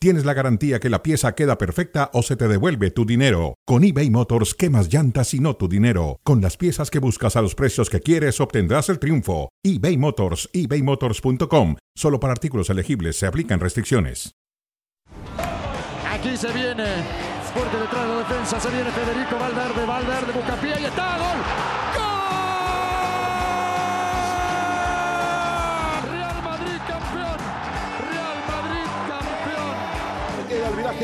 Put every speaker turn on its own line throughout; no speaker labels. tienes la garantía que la pieza queda perfecta o se te devuelve tu dinero. Con eBay Motors, quemas llantas y no tu dinero. Con las piezas que buscas a los precios que quieres, obtendrás el triunfo. eBay Motors, ebaymotors.com. Solo para artículos elegibles se aplican restricciones.
Aquí se viene. Fuerte detrás de la defensa. Se viene Federico Valverde. Valverde busca pie y está. ¡Gol!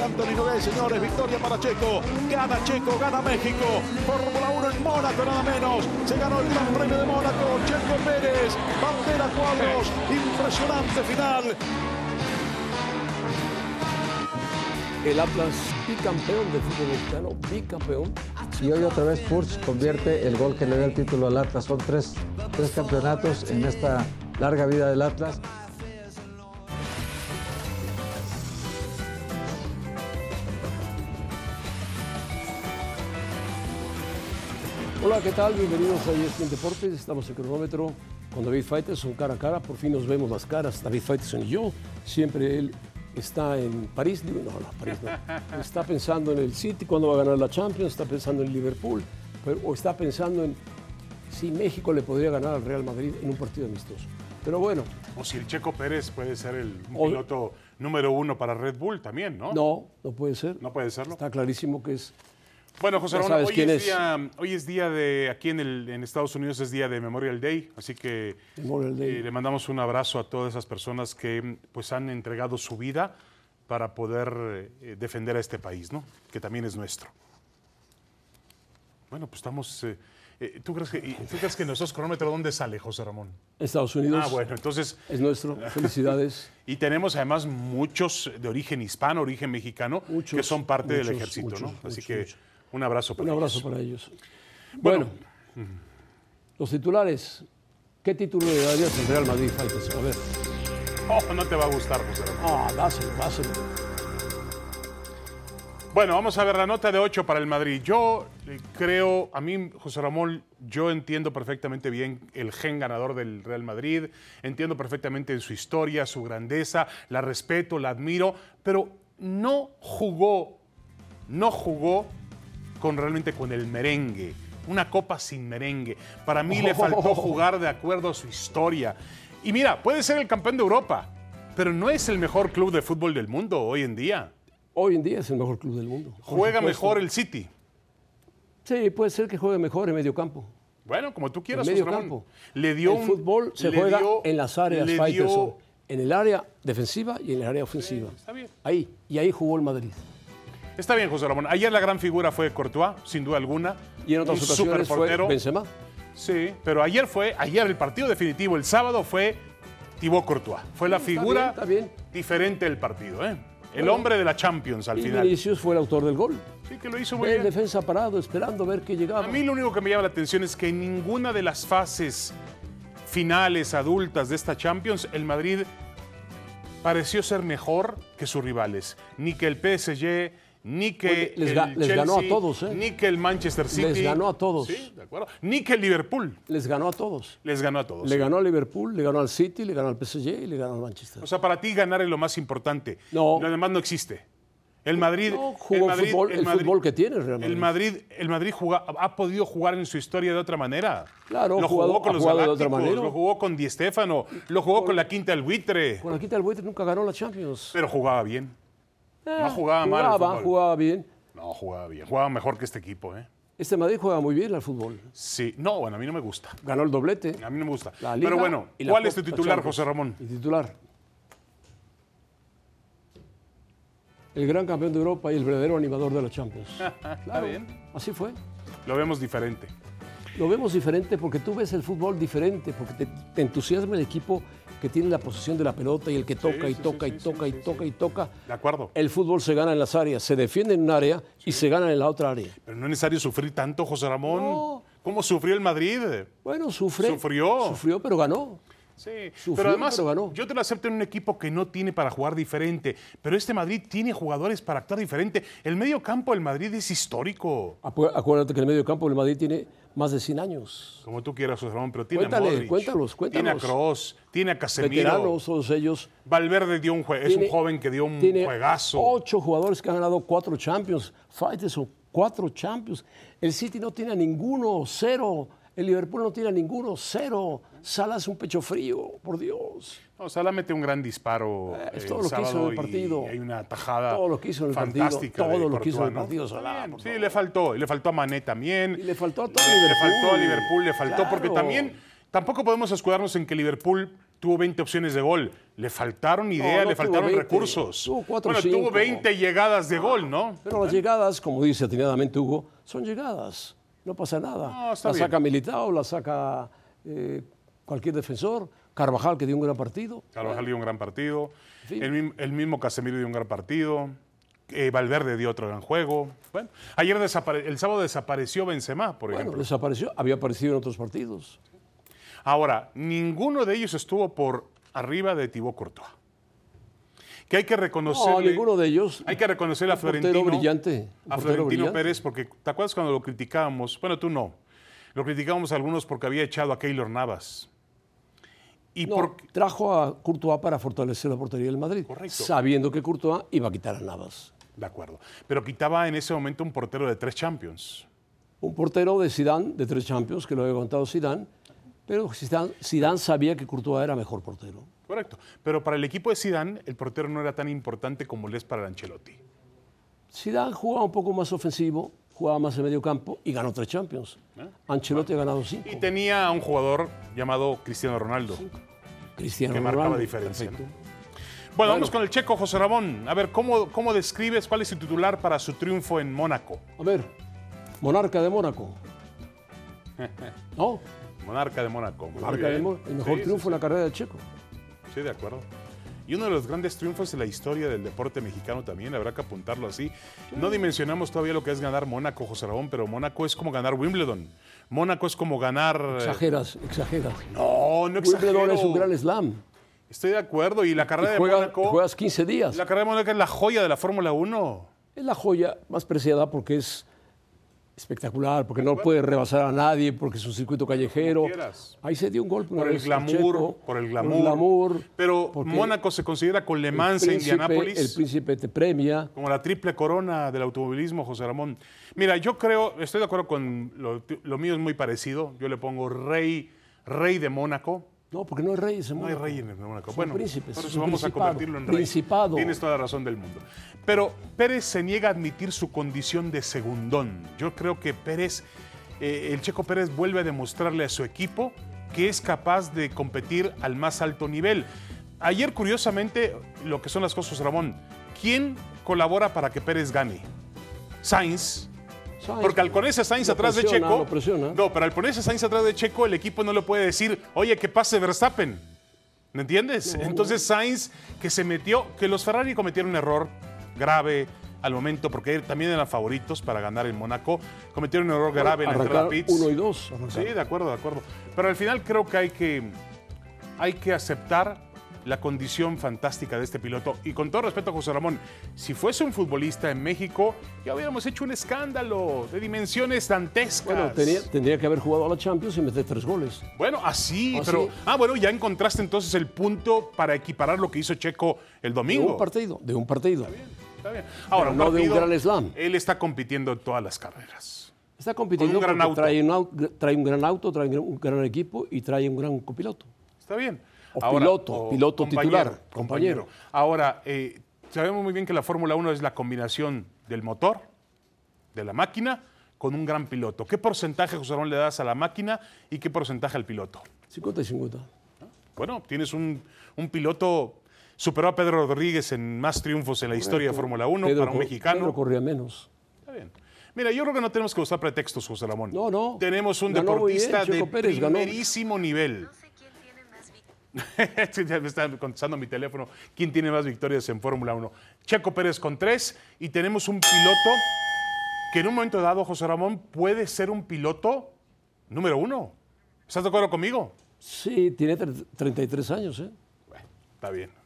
Anthony Nogués, señores, victoria para Checo. Gana Checo, gana México. Fórmula 1 en Mónaco, nada menos. Se ganó el Gran Premio de Mónaco. Checo Pérez, bandera cuadros. Impresionante final.
El Atlas, bicampeón de fútbol mexicano, bicampeón.
Y hoy otra vez Furch convierte el gol que le da el título al Atlas. Son tres, tres campeonatos en esta larga vida del Atlas.
Hola, ¿qué tal? Bienvenidos a E ESPN Deportes. Estamos en cronómetro con David Faiteson cara a cara. Por fin nos vemos las caras, David Faiteson y yo. Siempre él está en París. Digo, no, no, París no. Está pensando en el City, cuando va a ganar la Champions. Está pensando en Liverpool. Pero, o está pensando en si México le podría ganar al Real Madrid en un partido amistoso. Pero bueno.
O si el Checo Pérez puede ser el o, piloto número uno para Red Bull también, ¿no?
No, no puede ser.
No puede serlo.
Está clarísimo que es
bueno, José Ramón, hoy, hoy, es día de, aquí en, el, en, Estados Unidos es día de Memorial Day, así que Day. Eh, le mandamos un abrazo a todas esas personas que pues, han entregado su vida para poder eh, defender a este país, ¿no? que también es nuestro. Bueno, pues estamos... Eh, ¿tú, crees que, ¿Tú crees que nuestros cronómetro dónde sale, José Ramón?
Estados Unidos.
Ah, bueno, entonces...
Es nuestro, felicidades.
y tenemos además muchos de origen hispano, origen mexicano, muchos, que son parte muchos, del ejército, muchos, ¿no? Así que... Un abrazo para
ellos. Un abrazo ellos. para ellos. Bueno, bueno, los titulares. ¿Qué título le darías al Real Madrid, Faltes? A ver.
Oh, no te va a gustar, José Ramón.
Ah, oh, dáselo, dáselo.
Bueno, vamos a ver la nota de 8 para el Madrid. Yo eh, creo, a mí, José Ramón, yo entiendo perfectamente bien el gen ganador del Real Madrid, entiendo perfectamente su historia, su grandeza, la respeto, la admiro, pero no jugó, no jugó con realmente con el merengue. Una copa sin merengue. Para mí oh. le faltó jugar de acuerdo a su historia. Y mira, puede ser el campeón de Europa, pero no es el mejor club de fútbol del mundo hoy en día.
Hoy en día es el mejor club del mundo.
Juega mejor el City.
Sí, puede ser que juegue mejor en medio campo.
Bueno, como tú quieras,
en medio campo.
Le dio
el fútbol se juega dio, en las áreas, dio... Faitelson, en el área defensiva y en el área ofensiva. Sí,
está bien.
Ahí y ahí jugó el Madrid.
Está bien, José Ramón. Ayer la gran figura fue Courtois, sin duda alguna.
Y en otras ocasiones fue Benzema.
Sí, pero ayer fue, ayer el partido definitivo, el sábado fue Thibaut Courtois. Fue la sí, figura
está bien, está bien.
diferente del partido, ¿eh? El bueno, hombre de la Champions al
y
final.
Vinicius fue el autor del gol.
Sí, que lo hizo muy bien.
defensa parado, esperando ver qué llegaba.
A mí lo único que me llama la atención es que en ninguna de las fases finales adultas de esta Champions, el Madrid pareció ser mejor que sus rivales. Ni que el PSG, ni que Oye,
les,
el
ga les Chelsea, ganó a todos, ¿eh?
ni que el Manchester City.
Les ganó a todos.
Sí, de acuerdo. Ni que el Liverpool.
Les ganó a todos.
Les ganó a todos.
Le sí. ganó al Liverpool, le ganó al City, le ganó al PSG y le ganó al Manchester.
O sea, para ti ganar es lo más importante.
No.
Lo demás no existe. El Madrid. No,
jugó
el, Madrid,
fútbol, el, Madrid, fútbol que tiene realmente.
El Madrid, el Madrid juga, ha podido jugar en su historia de otra manera.
Claro,
lo jugó
jugado,
con los
de otra
manera. Lo jugó con Di Stéfano, lo jugó
con,
con la quinta del buitre.
Con la quinta del buitre nunca ganó la Champions.
Pero jugaba bien.
Eh,
no jugaba, mal.
Jugaba,
el
jugaba bien.
No, jugaba bien. Jugaba mejor que este equipo, ¿eh?
Este Madrid juega muy bien al fútbol.
Sí, no, bueno, a mí no me gusta.
Ganó el doblete.
A mí no me gusta. La Liga, Pero bueno, ¿cuál es tu titular, José Ramón?
El titular. El gran campeón de Europa y el verdadero animador de la Champions.
Está claro, bien.
Así fue.
Lo vemos diferente.
Lo vemos diferente porque tú ves el fútbol diferente, porque te, te entusiasma el equipo que tiene la posesión de la pelota y el que toca sí, y, sí, toca, sí, y toca y toca y toca y toca.
De acuerdo.
El fútbol se gana en las áreas, se defiende en un área y se gana en la otra área.
Pero no es necesario sufrir tanto, José Ramón. No. ¿Cómo sufrió el Madrid?
Bueno, sufre.
Sufrió.
Sufrió, pero ganó.
Sí,
Sufrió,
pero además
pero ganó.
yo te lo acepto en un equipo que no tiene para jugar diferente, pero este Madrid tiene jugadores para actuar diferente. El medio campo del Madrid es histórico,
Apu- Acuérdate que el medio campo del Madrid tiene más de 100 años.
como tú quieras, José Ramón, pero tiene
Cuéntale,
a Modric,
cuéntalos,
tiene a
cuéntalos.
Kroos, tiene a Casemiro,
Veteranos, todos ellos.
Valverde dio un jue- es un
Tiene-
joven que dio un
tiene
juegazo.
Ocho jugadores que han ganado cuatro Champions. Faiteson, cuatro Champions. El City no tiene a ninguno, cero. El Liverpool no tiene a ninguno, cero. Salah es un pecho frío, por Dios.
No, Salah mete un gran disparo
Eh, es
el
todo lo que hizo en el
sábado y
partido.
Hay una tajada
Todo lo que hizo en el partido,
fantástica
todo
de
lo que hizo en el
Courtois, ¿no?
partido, Salah,
Está bien,
por
Sí,
favor.
le faltó. Y le faltó a Mané también.
Y le faltó a todo
Le- Le
Liverpool.
faltó a Liverpool, le faltó. Porque
Claro.
también tampoco podemos escudarnos en que Liverpool tuvo 20 opciones de gol. Le faltaron ideas,
no
le
tuvo
faltaron
20,
recursos.
tuvo cuatro o
bueno, tuvo
cinco.
20 llegadas de gol, ¿no?
Pero las llegadas, como dice atinadamente Hugo, son llegadas. No pasa nada.
No, Ah, está
la
bien.
saca Militao, la saca eh, cualquier defensor. Carvajal, que dio un gran partido.
Carvajal dio un gran partido.
Sí.
El, mim- el mismo Casemiro dio un gran partido. Eh, Valverde dio otro gran juego. Bueno, ayer desapare- el sábado desapareció
Bueno,
Benzema, por
pues-
ejemplo.
desapareció. Había aparecido en otros partidos.
Ahora, ninguno de ellos estuvo por arriba de Thibaut Courtois. Que hay que reconocer.
No, ninguno de ellos.
Hay que reconocer a
Un portero
Florentino.
brillante, un
A
portero
Florentino
brillante.
Pérez, porque ¿te acuerdas cuando lo criticábamos? Bueno, tú no. Lo criticábamos algunos porque había echado a Keylor Navas. Y
No,
porque.
trajo a Courtois para fortalecer la portería del Madrid,
Correcto.
sabiendo que Courtois iba a quitar a Navas.
De acuerdo. Pero quitaba en ese momento un portero de tres Champions.
Un portero de Zidane, de tres Champions, que lo había contado Zidane, pero Zidane, Zidane sabía que Courtois era mejor portero.
Correcto. Pero para el equipo de Zidane, el portero no era tan importante como lo es para el Ancelotti.
Zidane jugaba un poco más ofensivo, jugaba más en medio campo y ganó tres Champions. Ancelotti ha ganado cinco.
Ah, Y tenía a un jugador llamado Cristiano Ronaldo.
Cristiano
que
Ronaldo.
marcaba diferencia. ¿no? Bueno, vamos con el checo José Ramón. A ver, ¿cómo, ¿cómo describes cuál es su titular para su triunfo en Mónaco?
A ver, monarca de Mónaco. ¿No?
Monarca de Mónaco. Muy
Monarca de
bien.
Mónaco. El mejor
Sí,
triunfo en la carrera de Checo.
Sí, sí, de acuerdo. Y uno de los grandes triunfos de la historia del deporte mexicano también, habrá que apuntarlo así. No dimensionamos todavía lo que es ganar Mónaco, José Ramón, pero Mónaco es como ganar Wimbledon. Mónaco es como ganar... eh,
Exageras, exageras.
No, no
Wimbledon
exagero.
es un gran slam.
Estoy de acuerdo. Y la carrera
Y
de
juega-
Mónaco...
juegas 15 días.
La carrera de Mónaco es la joya de la Fórmula 1.
Es la joya más preciada porque es espectacular, porque no puede rebasar a nadie, porque es un circuito callejero.
quieras.
Ahí se dio un golpe. una
por el
vez,
glamour,
Checo,
por el glamour.
glamour,
Pero
porque
Mónaco se considera con Le
el
Mans e
príncipe-
Indianápolis
El príncipe te premia.
como la triple corona del automovilismo, José Ramón. Mira, yo creo, estoy de acuerdo con lo, tu- lo mío es muy parecido. Yo le pongo rey, rey de Mónaco.
No, porque no hay reyes en
No hay
Mónaco.
rey en Mónaco.
Son
Bueno,
príncipes,
por
es
eso
un
vamos a
principado,
convertirlo en rey.
principado.
Tienes toda la razón del mundo. Pero Pérez se niega a admitir su condición de segundón. Yo creo que Pérez, eh, el Checo Pérez vuelve a demostrarle a su equipo que es capaz de competir al más alto nivel. Ayer, curiosamente, lo que son las cosas, Ramón, ¿quién colabora para que Pérez gane? Sainz.
Sainz,
Porque al ponerse Sainz
lo
atrás de
presiona,
Checo.
lo presiona.
No, pero al ponerse Sainz atrás de Checo, el equipo no le puede decir, oye, que pase Verstappen. ¿Me entiendes? Entonces Sainz, que se metió, que los Ferrari cometieron un error grave al momento, porque también eran favoritos para ganar en Mónaco, cometieron un error grave en la entrada a
Arrancaron
pits.
uno y dos.
Sí,
arrancaron.
de acuerdo, de acuerdo. Pero al final creo que hay que, hay que aceptar la condición fantástica de este piloto. Y con todo respeto a José Ramón, si fuese un futbolista en México, ya hubiéramos hecho un escándalo de dimensiones dantescas.
Bueno, tenía- tendría que haber jugado a la Champions y meter tres goles.
Bueno, así,
Así.
pero... Ah, bueno, ya encontraste entonces el punto para equiparar lo que hizo Checo el
De
domingo.
un partido, de un partido.
Está bien. Ahora,
no de un gran slam.
Él está compitiendo en todas las carreras.
Está compitiendo
Con un gran
porque
auto.
Trae, un au- trae un gran auto, trae un gran- un gran equipo y trae un gran copiloto.
Está bien.
O piloto, piloto titular,
compañero.
compañero.
Ahora, eh, sabemos muy bien que la Fórmula 1 es la combinación del motor, de la máquina, con un gran piloto. ¿Qué porcentaje, José Ramón, le das a la máquina y qué porcentaje al piloto?
50 y 50.
Bueno, tienes un, un piloto... Superó a Pedro Rodríguez en más triunfos en la historia de Fórmula 1 para un
Cor-
mexicano.
Pedro corría menos.
Está bien. Mira, yo creo que no tenemos que usar pretextos, José Ramón.
No, no.
Tenemos un
Ganó muy bien,
deportista de
Checo Pérez, ganó.
primerísimo nivel. ya me está contestando mi teléfono. ¿Quién tiene más victorias en Fórmula 1? Checo Pérez con tres y tenemos un piloto que en un momento dado, José Ramón, puede ser un piloto número uno. ¿Estás de acuerdo conmigo?
Sí, tiene tre- 33 años, ¿eh?
Bueno, está bien.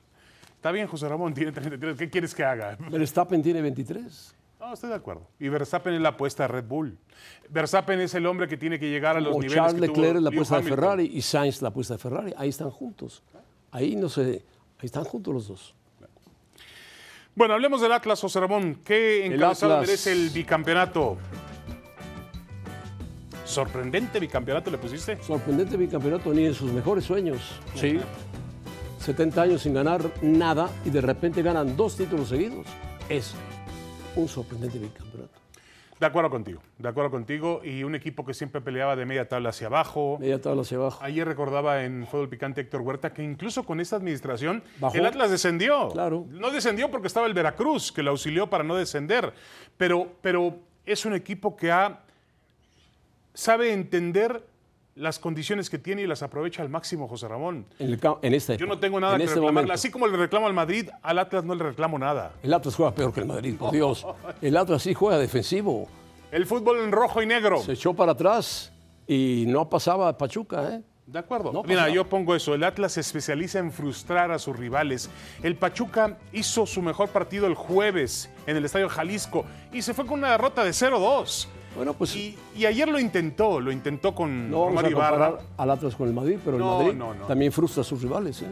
Está bien, José Ramón, tiene 33. ¿Qué quieres que haga?
Verstappen tiene 23.
No, estoy de acuerdo. Y Verstappen es la apuesta a Red Bull. Verstappen es el hombre que tiene que llegar a los
o
niveles
Charles
que tuvo
Leclerc la
Lewis
apuesta de
Hamilton.
Ferrari y Sainz la apuesta de Ferrari. Ahí están juntos. Ahí no sé, ahí están juntos los dos.
Bueno, hablemos del Atlas, José Ramón. ¿Qué
El
encabezado
Atlas.
merece el bicampeonato? Sorprendente bicampeonato le pusiste.
Sorprendente bicampeonato ni en sus mejores sueños. Sí. 70 años sin ganar nada y de repente ganan dos títulos seguidos. Es un sorprendente bicampeonato.
De acuerdo contigo, de acuerdo contigo. Y un equipo que siempre peleaba de media tabla hacia abajo.
Media tabla hacia abajo.
Ayer recordaba en Fútbol Picante Héctor Huerta que incluso con esta administración
Bajó.
el Atlas descendió.
Claro.
No descendió porque estaba el Veracruz, que lo auxilió para no descender. Pero, pero es un equipo que ha, sabe entender las condiciones que tiene y las aprovecha al máximo, José Ramón.
En, el ca- en esta
Yo
época,
no tengo nada
en
que
este
reclamarle.
momento.
Así como le reclamo al Madrid, al Atlas no le reclamo nada.
El Atlas juega peor que el Madrid, por Dios. El Atlas sí juega defensivo.
El fútbol en rojo y negro.
Se echó para atrás y no pasaba a Pachuca, ¿eh?
De acuerdo.
No
Mira,
pasa nada.
yo pongo eso. El Atlas se especializa en frustrar a sus rivales. El Pachuca hizo su mejor partido el jueves en el Estadio Jalisco y se fue con una derrota de 0-2.
Bueno, pues
Y, y ayer lo intentó, lo intentó con
no vamos a
Romario Ibarra.
comparar al Atlas con el Madrid, pero el
No,
Madrid
no, no.
también frustra a sus rivales, ¿eh?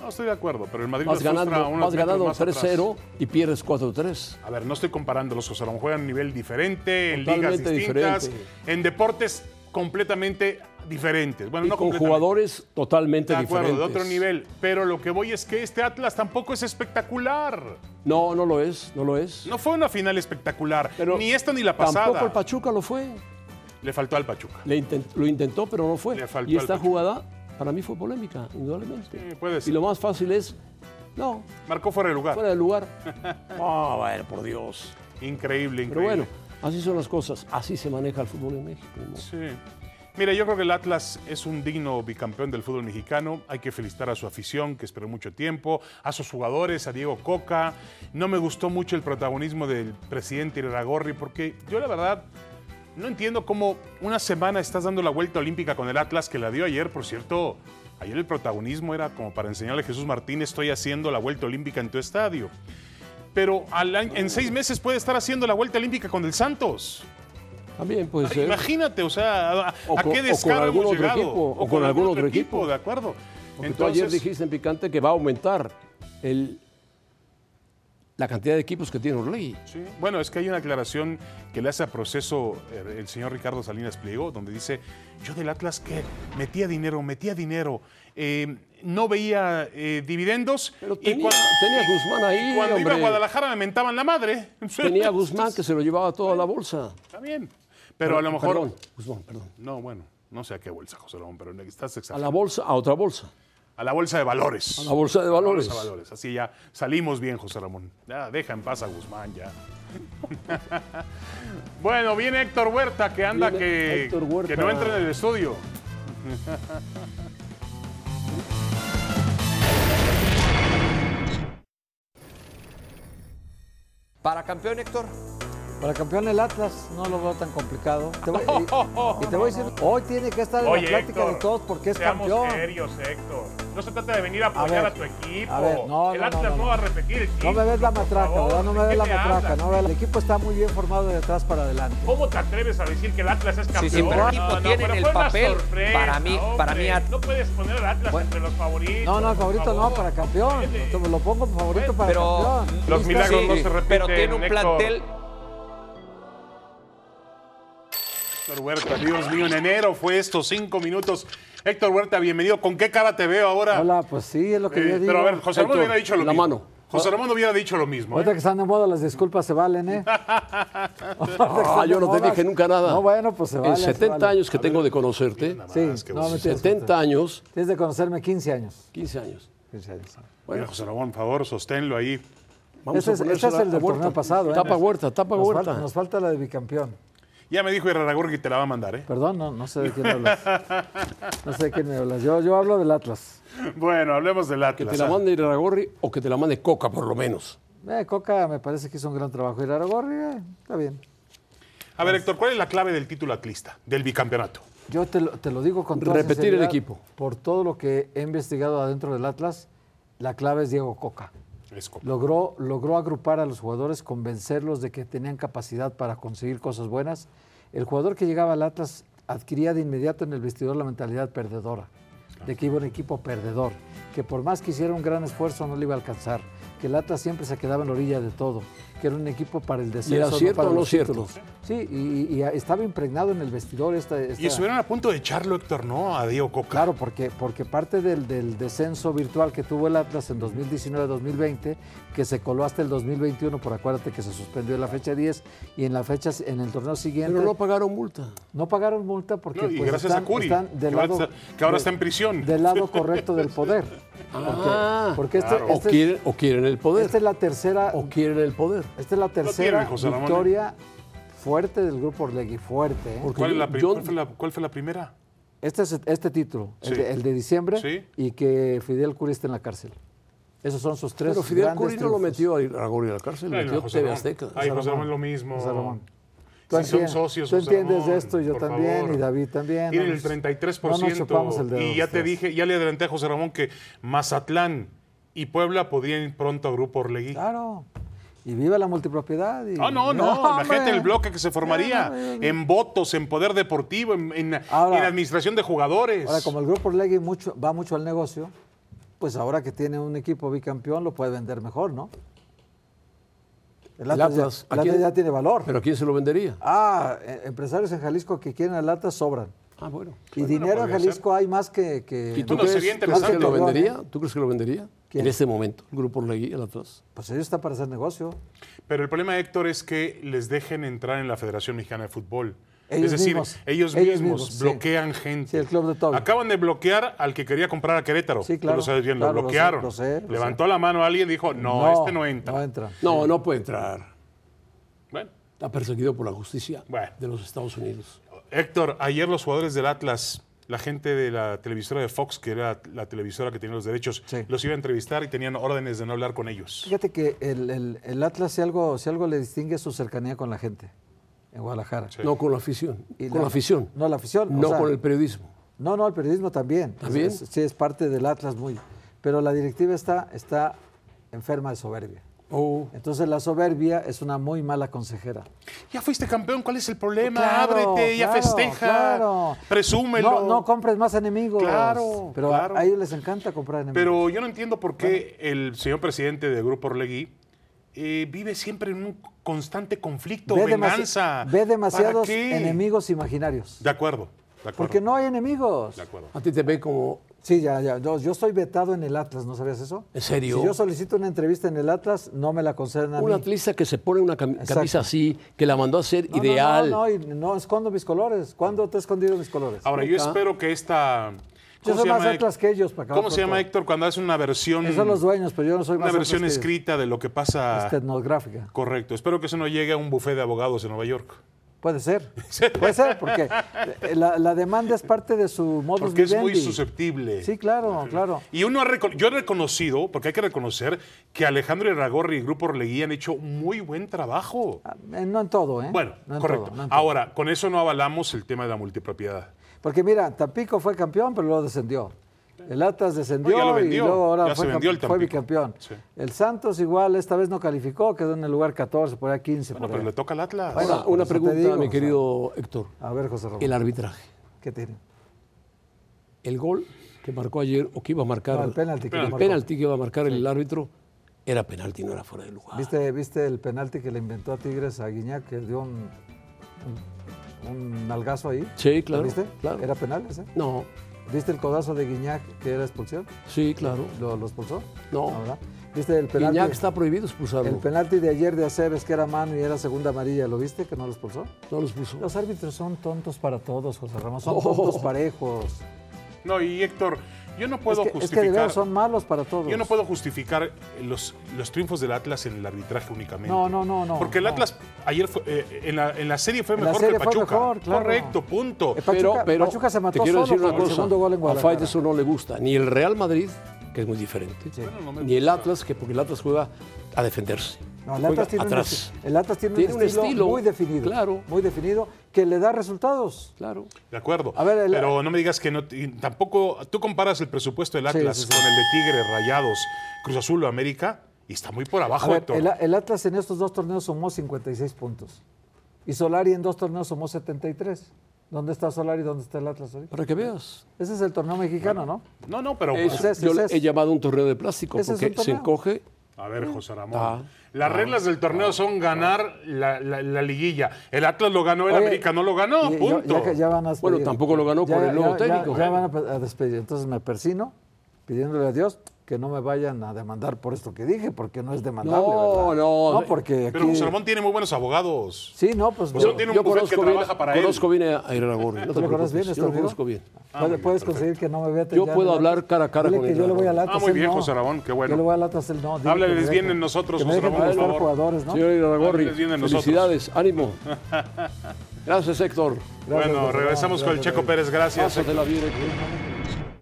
No estoy de acuerdo, pero el Madrid
Vas
los frustra
ganando,
unos
vas
metros
ganando
más atrás.
3-0 y pierdes 4-3.
A ver, no estoy comparándolos, o sea, juegan a un nivel diferente, en ligas
Totalmente
distintas,
diferente.
en deportes completamente diferentes. Bueno,
Y
no
con
completamente.
jugadores totalmente
De acuerdo,
diferentes.
de otro nivel. Pero lo que voy es que este Atlas tampoco es espectacular.
No, no lo es, no lo es.
No fue una final espectacular,
Pero
ni esta ni la pasada.
Tampoco el Pachuca lo fue.
Le faltó al Pachuca.
Le intent- lo intentó, pero no fue.
Le faltó
Y
al
esta
Pachuca.
jugada para mí fue polémica, indudablemente.
Sí, puede ser.
Y lo más fácil es, no,
Marcó fuera de lugar.
fuera de lugar. Ah, bueno, por Dios.
Increíble, increíble.
Pero bueno, así son las cosas, así se maneja el fútbol en México. ni modo.
Sí. Mira, yo creo que el Atlas es un digno bicampeón del fútbol mexicano. Hay que felicitar a su afición, que esperó mucho tiempo, a sus jugadores, a Diego Coca. No me gustó mucho el protagonismo del presidente Iragorri, porque yo la verdad no entiendo cómo una semana estás dando la vuelta olímpica con el Atlas, que la dio ayer, por cierto. Ayer el protagonismo era como para enseñarle a Jesús Martín, estoy haciendo la vuelta olímpica en tu estadio. Pero al año- en seis meses puede estar haciendo la vuelta olímpica con el Santos.
También puede ser.
Imagínate, o sea, ¿a,
O
a
con- o
qué
con
descaro
algún
hemos
otro
llegado?
equipo, o con algún otro equipo.
de acuerdo.
Porque tú ayer dijiste en Picante que va a aumentar el, la cantidad de equipos que tiene Orley.
sí, bueno, es que hay una aclaración que le hace a proceso eh, el señor Ricardo Salinas Pliego, donde dice, yo del Atlas que metía dinero, metía dinero, eh, no veía eh, dividendos.
Pero
y
tenía,
cuando-
tenía a Guzmán ahí,
cuando iba a
hombre.
Guadalajara me mentaban la madre.
Tenía a Guzmán que se lo llevaba todo a la bolsa.
Está bien, pero a lo mejor...
Perdón, Guzmán, perdón.
No, bueno, no sé a qué bolsa, José Ramón, pero estás
A
exagerando.
la bolsa, a otra bolsa.
A la bolsa de valores.
A la bolsa de valores.
Vamos a valores. Así ya salimos bien, José Ramón. Ya, deja en paz a Guzmán ya. bueno, viene Héctor Huerta que anda
Viene
que,
Héctor Huerta.
que no entra en el estudio.
Para campeón, Héctor.
Para campeón el Atlas no lo veo tan complicado. Te voy- y, y te voy a decir, hoy tiene que estar en la plática de todos porque es
seamos
campeón.
serios, Héctor. No se trata de venir a apoyar a,
ver,
tu equipo.
a ver, no, no,
el
no,
Atlas no,
no, no.
va a repetir el
No me ves la
título, por
matraca,
favor.
¿verdad? No me
¿De
ves
qué
la
te
matraca.
hablas?
No, el equipo está muy bien formado de atrás para adelante.
¿Cómo te atreves a decir que el Atlas es campeón?
sí, pero el
No,
equipo
no,
tiene
pero
en el
fue una
papel,
sorpresa,
para mí- para
hombre.
mí a-
No puedes poner al Atlas
Bueno.
entre los favoritos.
No, no,
por
favorito no,
favor.
para campeón.
Tiene-
Te lo pongo favorito para
Pero
campeón.
Los
¿Listo?
milagros no se repiten,
Pero tiene un
Héctor.
plantel.
Héctor Huerta, Dios mío, en enero fue esto, cinco minutos. Héctor Huerta, bienvenido. ¿Con qué cara te veo ahora?
Hola, pues sí, es lo que
Eh,
yo digo.
pero a ver, José Ramón
Héctor,
hubiera dicho lo
la
mismo.
mano. Ah.
José Ramón hubiera dicho lo mismo.
Ahorita
¿eh?
que están de moda, las disculpas se valen, ¿eh? ah,
yo no te dije nunca nada.
No, bueno, pues se vale.
en
se
70
vale.
años que tengo de conocerte,
más
Sí,
que
no,
vos.
me tienes que-
70 años,
Tienes de conocerme 15 años.
15 años.
15 años.
Mira, José Ramón, por favor, sosténlo ahí.
Ese es-
ponérsela
ese es el del
a Huerta.
torneo pasado, ¿eh?
Tapa huerta, tapa
Nos,
huerta.
falta, nos falta la de bicampeón.
Ya me dijo Iraragorri que te la va a mandar, ¿eh?
Perdón, no, no sé de quién hablas. No sé de quién me hablas. Yo, yo hablo del Atlas.
Bueno, hablemos del
que
Atlas.
te la
ah.
mande Iragorri o que te la mande Coca, por lo menos.
Eh, Coca me parece que hizo un gran trabajo. Y Laragorri, eh, está bien.
A ver, Héctor, ¿cuál es la clave del título atlista, del bicampeonato?
Yo te lo, te lo digo con toda
Repetir el
sinceridad,
equipo.
Por todo lo que he investigado adentro del Atlas, la clave es Diego Coca.
Es Coca.
Logró, logró agrupar a los jugadores, convencerlos de que tenían capacidad para conseguir cosas buenas. El jugador que llegaba al Atlas adquiría de inmediato en el vestidor la mentalidad perdedora, de que iba un equipo perdedor, que por más que hiciera un gran esfuerzo no le iba a alcanzar, que el Atlas siempre se quedaba en la orilla de todo, que era un equipo para el descenso, no
cierto
para
o no
los
cierto?
títulos. Sí, y, y- y estaba impregnado en el vestidor esta...
Y
esta-
estuvieron a punto de echarlo, Héctor, ¿no? A Diego Coca.
Claro, porque, porque parte del, del descenso virtual que tuvo el Atlas en 2019-2020, que se coló hasta el 2021, por acuérdate que se suspendió la fecha 10, y en la fecha en el torneo siguiente
Pero no
no,
pagaron multa.
pagaron multa porque
No, y
pues,
gracias
están,
a Curi,
están del
que ahora
lado-
está- que ahora está en prisión.
Del lado correcto del poder. Porque-
Ah,
porque este-
o,
este-
quieren, o quieren el poder.
esta es la tercera
o quieren el poder.
esta es la tercera
tiene, José Ramón, ¿eh?
victoria fuerte del grupo Orlegui, fuerte. ¿eh?
Porque
¿Cuál, es
yo-
la pri-
yo-
cuál fue la, cuál fue la primera?
Este es este título, el,
Sí.
de, el de diciembre,
Sí.
y que Fidel Curi esté en la cárcel. Esos son sus tres.
Pero Fidel
grandes
Curi no lo
triunfos.
metió a Iragorri a la cárcel,
Ay, no,
metió
José
TV
Ramón.
Azteca.
Ay,
José
José Ramón,
Ramón.
lo mismo.
José Ramón.
Si son
entiendes-
socios,
tú
José
entiendes
Ramón,
esto, yo
por
también,
favor.
y David también.
Tienen
no
el
nos-
33%.
no nos chupamos el dedo
y ya te
ustedes.
dije, ya le adelanté a José Ramón que Mazatlán y Puebla podían ir pronto a Grupo Orlegui.
Claro. Y viva la multipropiedad. y-
Ah, no, no, la
hombre.
gente del bloque que se formaría en votos, en poder deportivo, en, en-
Ahora-
en administración de jugadores.
Ahora, como el grupo Orlegui mucho, va mucho al negocio, pues ahora que tiene un equipo bicampeón lo puede vender mejor, ¿no? El Atlas, ya-
Atlas, ¿a
el Atlas
quién?
ya tiene valor.
¿Pero a quién se lo vendería?
Ah, eh, empresarios en Jalisco que quieren al Atlas sobran.
Ah, bueno.
Y dinero en
Pues podría
Jalisco hay más que... que
¿Y tú
Bueno,
crees,
sería
tú crees que
interesante.
lo
Yo, ¿eh?
vendería? ¿Tú crees que lo vendería?
¿Quién?
En este momento, el grupo Orlegui, el Atlas.
Pues ellos están para hacer negocio.
Pero el problema, Héctor, es que les dejen entrar en la Federación Mexicana de Fútbol.
Ellos
es decir,
mismos,
ellos
ellos
mismos
mismos, sí.
bloquean gente.
Sí, el club de Toby.
Acaban de bloquear al que quería comprar a Querétaro.
Sí,
Tú
claro,
lo sabes bien,
claro,
lo
lo sé,
bloquearon.
lo sé, lo
Levantó la mano alguien y dijo, no, este no entra.
No entra.
No, no puede entrar.
Bueno,
Está perseguido por la justicia
Bueno.
de los Estados Unidos.
Héctor, ayer los jugadores del Atlas, la gente de la televisora de Fox, que era la televisora que tenía los derechos,
Sí.
los iba a entrevistar y tenían órdenes de no hablar con ellos.
Fíjate que el, el- el Atlas, si algo, si algo le distingue, es su cercanía con la gente en Guadalajara.
Sí.
No con la afición.
Y
Con la afición.
No la afición. o
No
sea,
con el periodismo.
No, no, el periodismo también.
¿También?
Es- es- sí, es parte del Atlas muy. Pero la directiva está, está enferma de soberbia.
Oh.
Entonces la soberbia es una muy mala consejera.
Ya fuiste campeón, ¿cuál es el problema?
Claro,
Ábrete, ya
claro,
festeja,
claro.
presúmelo.
No, no compres más enemigos.
Claro,
Pero
claro.
a, a ellos les encanta comprar enemigos.
Pero yo no entiendo por qué el señor presidente del Grupo Orlegui eh, vive siempre en un constante conflicto,
ve, demasi-
venganza.
ve demasiados
¿Para qué?
enemigos imaginarios.
De acuerdo, de acuerdo.
Porque no hay enemigos.
De acuerdo.
A ti te ven como
Sí, ya, ya. Yo, yo estoy vetado en el Atlas, ¿no sabías eso?
¿En serio?
Si yo solicito una entrevista en el Atlas, no me la conceden a
un
mí.
atlista que se pone una cami-
Exacto.
camisa así, que la mandó a hacer
No, no,
ideal.
No, no, y no escondo mis colores. ¿Cuándo te he escondido mis colores?
Ahora, yo espero que esta...
Yo
¿cómo
soy
se
más
llama,
Atlas
Héctor?
que ellos, para acabar
¿Cómo se
pronto.
llama, Héctor, cuando hace una versión...
Esos son los dueños, pero yo no soy más
Una
Atlas
versión
que ellos.
escrita de lo que pasa...
Etnográfica.
Correcto. Espero que eso no llegue a un bufé de abogados en Nueva York.
Puede ser. Puede ser, porque eh, la, la demanda es parte de su modus
Porque es muy
vivendi.
susceptible.
Sí, claro, claro.
Y uno ha recono- yo he reconocido, porque hay que reconocer, que Alejandro Iragorri y Grupo Orlegui han hecho muy buen trabajo.
Ah, eh, No en todo, ¿eh?
Bueno,
No en
correcto.
todo, no en todo.
Ahora, con eso no avalamos el tema de la multipropiedad.
Porque mira, Tampico fue campeón, pero luego descendió. El Atlas
No, Oh, ya lo
descendió y
vendió,
luego ahora
ya se
fue,
vendió el
camp- fue
Tampico.
bicampeón.
Sí.
El Santos igual esta vez no calificó, quedó en el lugar 14, por ahí 15.
Bueno,
por
pero
ahí.
le toca al Atlas.
Bueno,
Ahora, una
eso te
pregunta,
digo,
mi
o
querido Héctor.
A ver, José Ramón,
El arbitraje.
¿qué tiene?
El gol que marcó ayer, o que iba a marcar.
No, el penalti que
el
le marcó.
penalti que iba a marcar el árbitro era penalti, no era fuera de lugar.
¿Viste, ¿Viste el penalti que le inventó a Tigres a Guiñac, que dio un, un, un nalgazo ahí?
Sí,
¿Lo
claro.
¿Viste?
claro.
Era penal ese.
No,
¿Viste el codazo de Guiñac que era expulsión?
sí, claro.
¿Lo, lo expulsó?
No.
¿verdad? ¿Viste el penalti?
Iñak está prohibido expulsarlo.
El penalti de ayer de Aceves, que era mano y era segunda amarilla, ¿lo viste? Que no lo expulsó.
No los puso.
Los árbitros son tontos para todos, José Ramón. Son tontos parejos.
No, y Héctor, yo no puedo
es, que, es que de
justificar.
veras son malos para todos. Eh,
yo no puedo justificar los, los triunfos del Atlas en el arbitraje únicamente.
No, no, no, no,
Porque el
no.
Atlas ayer fue, eh, en, la, en la serie fue
En la
mejor
serie
que el
fue
Pachuca.
mejor, claro.
Correcto, punto.
Eh, Pachuca- Pachuca se mató
te
solo
quiero decir una
con el
cosa.
segundo gol en
A Fight
Guadalajara.
eso no le gusta. Ni el Real Madrid, que es muy diferente, ni el Atlas, que porque el Atlas juega a defenderse.
No, el
Juega
Atlas tiene, un,
atrás.
esti- el Atlas tiene,
Tiene
un,
un
estilo
estilo,
muy definido.
claro.
Muy definido, que le da resultados.
Claro.
De acuerdo.
A ver, el-
Pero no me digas que no. y Tampoco. Tú comparas el presupuesto del
Sí,
Atlas
sí, sí.
con el de Tigres, Rayados, Cruz Azul o América y está muy por
A
abajo,
ver,
Héctor.
el, el Atlas en estos dos torneos sumó 56 puntos. Y Solari en dos torneos sumó 73. ¿Dónde está Solari? ¿Dónde está el Atlas ahorita?
Para que veas.
Ese es el torneo mexicano, ¿no?
No, no, pero.
Es-
ese es,
yo
ese
le
es.
he llamado un torneo de plástico
Ese es
porque
un
se
torneo.
encoge.
A
Mm.
ver, José Ramón.
Ah,
Las reglas del torneo son ganar la, la- la liguilla. El Atlas lo ganó, el
Oye,
América no lo ganó,
Y- y-
punto.
ya que- ya van a
Bueno,
despedir.
tampoco lo ganó
Ya-
con el nuevo
ya- ya-
técnico.
Ya, van a pe- a despedir. Entonces me persino pidiéndole a Dios que no me vayan a demandar por esto que dije, porque no es demandable.
No,
¿verdad?
no.
No, porque
Pero José
aquí.
Ramón tiene muy buenos abogados.
Sí, no, pues. no.
José Ramón tiene un bufete que trabaja para él.
conozco bien a Iragorri. No
¿Tú
te
lo
preocupes,
conoces bien? este
yo lo
¿estás
conozco bien.
Ah, Puedes, puedes conseguir que no me vea.
Yo puedo hablar cara a cara con
con
él,
Yo le voy
Ramón.
a Latas.
Ah, muy
él
bien,
no.
José Ramón, qué bueno.
Yo le voy a Latas, él no. dile
Háblales
que me
bien
deje-
en nosotros,
que me
José
dejen
Ramón, por
buscar
favor.
jugadores, ¿no?
Señor Iragorri,
Hábleles bien de nosotros.
felicidades, ánimo. Gracias, Héctor.
Gracias,
bueno,
José Ramón,
regresamos con el
gracias, Ah, gracias.
Checo Pérez. Gracias.
Pásatela bien, Héctor.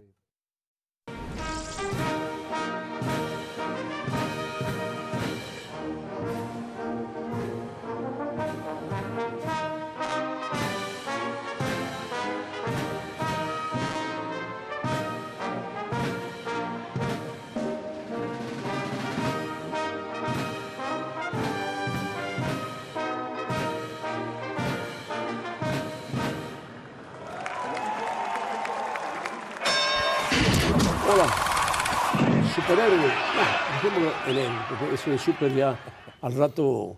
Hola. Superhéroe. No, dejémoslo en él, porque es un super ya. Al rato.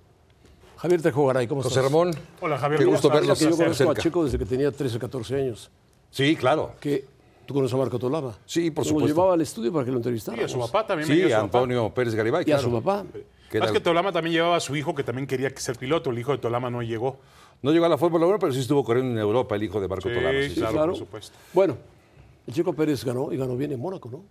Javier Tejogaray, ¿cómo
José
estás?
Ramón.
Hola, Javier,
Qué
¿cómo
gusto
estás?
verlos
Que yo conozco a
cerca.
Checo desde que tenía 13, 14 años.
Sí, claro.
Que tú conoces a Marco Tolaba.
Sí, por
Nos
supuesto.
Lo llevaba al estudio para que lo entrevistara.
Y a su papá también. me
Sí,
dio a su papá.
Antonio Pérez Garibay.
Y a
claro.
su papá.
Que
Más
era-
que Tolama también llevaba a su hijo que también quería que ser piloto. El hijo de Tolama no llegó.
No llegó a la Fórmula 1, pero sí estuvo corriendo en Europa el hijo de Marco
Sí,
Tolama. Sí, sí.
claro, por supuesto.
Bueno, el Checo Pérez ganó y ganó bien en Mónaco, ¿no?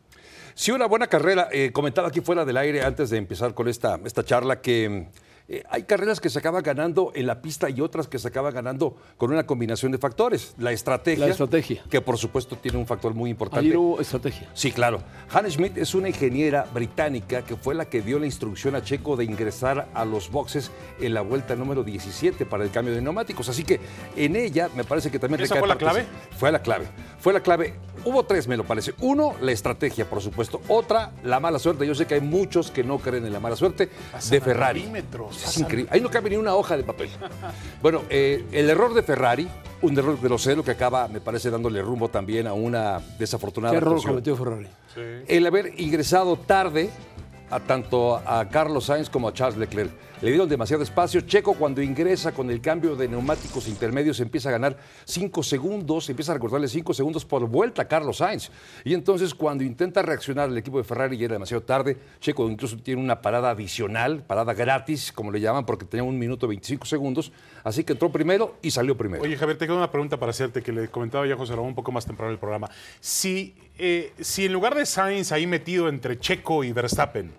Sí, una buena carrera. Eh, comentaba aquí fuera del aire antes de empezar con esta, esta charla que eh, hay carreras que se acaban ganando en la pista y otras que se acaban ganando con una combinación de factores. La estrategia.
La estrategia.
Que por supuesto tiene un factor muy importante.
Ayer hubo estrategia.
Sí, claro. Hannah Schmidt es una ingeniera británica que fue la que dio la instrucción a Checo de ingresar a los boxes en la vuelta número 17 para el cambio de neumáticos. Así que en ella me parece que también...
¿Esa
recae
fue la
parte-
clave?
Fue la clave. Fue la clave. Hubo tres, me lo parece. Uno, la estrategia, por supuesto. Otra, la mala suerte. Yo sé que hay muchos que no creen en la mala suerte de Ferrari.
milímetros,
Es increíble. Ahí no cabe ni una hoja de papel. Bueno, eh, el error de Ferrari, un error grosero que acaba, me parece, dándole rumbo también a una desafortunada
¿Qué error
actuación.
cometió Ferrari?
El haber ingresado tarde a tanto a Carlos Sainz como a Charles Leclerc. Le dieron demasiado espacio. Checo cuando ingresa con el cambio de neumáticos intermedios empieza a ganar 5 segundos, empieza a recortarle 5 segundos por vuelta a Carlos Sainz. Y entonces cuando intenta reaccionar el equipo de Ferrari ya era demasiado tarde. Checo incluso tiene una parada adicional, parada gratis, como le llaman, porque tenía un minuto 25 segundos. Así que entró primero y salió primero.
Oye, Javier, te queda una pregunta para hacerte que le comentaba ya a José Ramón un poco más temprano en el programa. Si, eh, si en lugar de Sainz ahí metido entre Checo y Verstappen,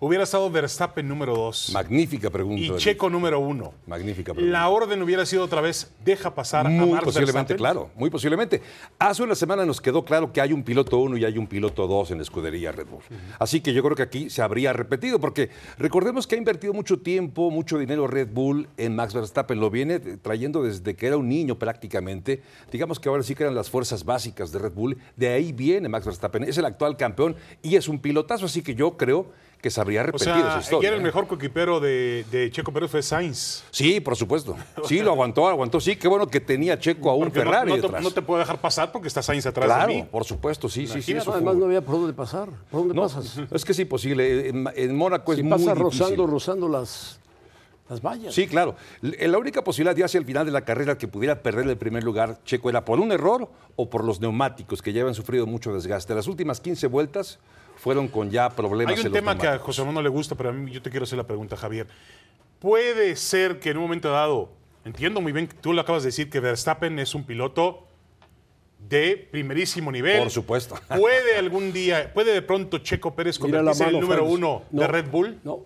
hubiera estado Verstappen número 2
Magnífica pregunta.
y
Daniel.
Checo número 1,
Magnífica pregunta.
la orden hubiera sido otra vez, deja pasar a
Muy
Max
posiblemente,
Verstappen?
claro, muy posiblemente. Hace una semana nos quedó claro que hay un piloto 1 y hay un piloto 2 en la escudería Red Bull. Así que yo creo que aquí se habría repetido, porque recordemos que ha invertido mucho tiempo, mucho dinero Red Bull en Max Verstappen. Lo viene trayendo desde que era un niño prácticamente. Digamos que ahora sí que eran las fuerzas básicas de Red Bull. De ahí viene Max Verstappen. Es el actual campeón y es un pilotazo, así que yo creo que se habría
O
repetido esa
sea,
historia.
que era el
¿eh?
mejor coequipero de, de Checo Pérez fue Sainz.
Sí, por supuesto. Sí, lo aguantó, aguantó. Sí, qué bueno que tenía Checo a un
Porque no-
Ferrari
no, te-
detrás.
no te puedo dejar pasar porque está Sainz atrás
Claro,
de mí.
por supuesto, sí, sí, sí.
Imagínate,
eso fue-
Además, no había por dónde pasar. ¿Por dónde
No,
pasas?
es que es imposible. eh, En, en Mónaco
Si
es muy
pasa
difícil.
rozando, rozando las, las vallas.
Sí, claro. L- La única posibilidad ya hacia el final de la carrera que pudiera perder el primer lugar Checo era por un error o por los neumáticos que ya habían sufrido mucho desgaste. Las últimas 15 vueltas fueron con ya problemas
Hay
en
un
los
tema que a
neumáticos.
José Ramón no le gusta, pero a mí yo te quiero hacer la pregunta, Javier. Puede ser que en un momento dado, entiendo muy bien que tú lo acabas de decir, que Verstappen es un piloto de primerísimo nivel.
Por supuesto.
Puede algún día, puede de pronto Checo Pérez
Mira la
convertirse en el
mano,
número
Franz.
uno de
No,
Red Bull.
No,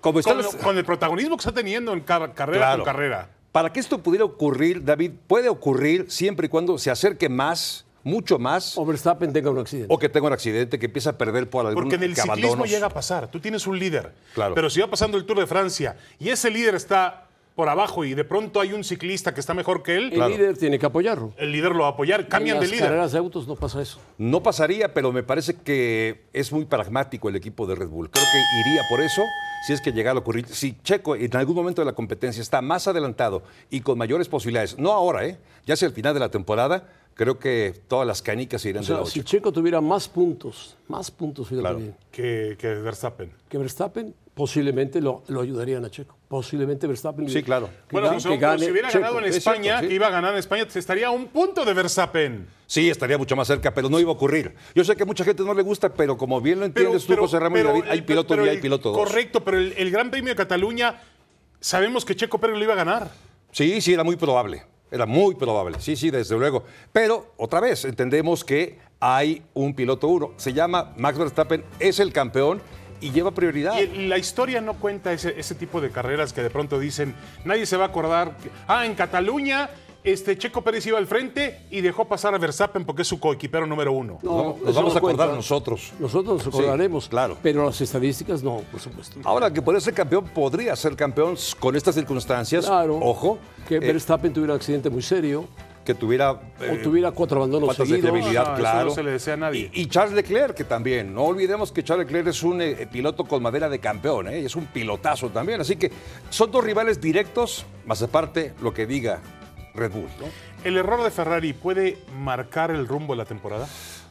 Como están
Con,
las-
con el protagonismo que está teniendo en car- carrera
Claro.
con carrera.
Para que esto pudiera ocurrir, David, puede ocurrir siempre y cuando se acerque más, mucho más,
o Verstappen tenga un accidente.
o que tenga un accidente, que empiece a perder por algún
Porque en el
que
ciclismo
abandonos.
llega a pasar. Tú tienes un líder.
Claro.
Pero si va pasando el Tour de Francia y ese líder está por abajo y de pronto hay un ciclista que está mejor que él,
El líder tiene que apoyarlo.
el líder lo va a apoyar, cambian
en
de
las
líder.
carreras de autos no pasa eso.
No pasaría, pero me parece que es muy pragmático el equipo de Red Bull. Creo que iría por eso si es que llegara a ocurrir. Si Checo en algún momento de la competencia está más adelantado y con mayores posibilidades, no ahora, ¿eh? ya hacia el final de la temporada, creo que todas las canicas se irán
O sea,
de la
si
ocho.
Checo tuviera más puntos, más puntos, fíjate
Claro.
bien,
Que, que Verstappen.
que Verstappen, posiblemente lo, lo ayudarían a Checo. Posiblemente Verstappen.
Sí, claro.
que
Bueno,
gan-
José,
que
pero
gane
si hubiera
Checo.
ganado en
Es
España,
cierto, sí.
que iba a ganar en España, se estaría a un punto de Verstappen.
Sí, estaría mucho más cerca, pero no iba a ocurrir. Yo sé que mucha gente no le gusta, pero como bien lo entiendes tú, José Ramón y
pero
David, hay
el-
piloto
pero
y hay
el-
piloto dos.
Correcto, pero el, el Gran Premio de Cataluña, sabemos que Checo Pérez lo iba a ganar.
Sí, sí, era muy probable. Era muy probable. Sí, sí, desde luego. Pero, otra vez, entendemos que hay un piloto uno. Se llama Max Verstappen, es el campeón y lleva prioridad.
Y el- la historia no cuenta ese, ese tipo de carreras que de pronto dicen, nadie se va a acordar. que- Ah, en Cataluña, este Checo Pérez iba al frente y dejó pasar a Verstappen porque es su coequipero número uno.
No, nos
eso
vamos a acordar
cuenta.
nosotros.
Nosotros nos
Sí,
acordaremos.
claro.
Pero las estadísticas no, por supuesto.
Ahora, que puede ser campeón, podría ser campeón con estas circunstancias.
Claro.
Ojo,
Que
eh,
Verstappen tuviera un accidente muy serio
que tuviera... eh,
o tuviera cuatro abandonos
faltas de
seguidos.
fiabilidad,
No, no, Ah, eso
claro.
no se le desea a nadie.
Y, y Charles Leclerc, que también. No olvidemos que Charles Leclerc es un eh, piloto con madera de campeón, ¿eh? es un pilotazo también. Así que son dos rivales directos, más aparte lo que diga Red Bull. ¿no?
¿El error de Ferrari puede marcar el rumbo de la temporada?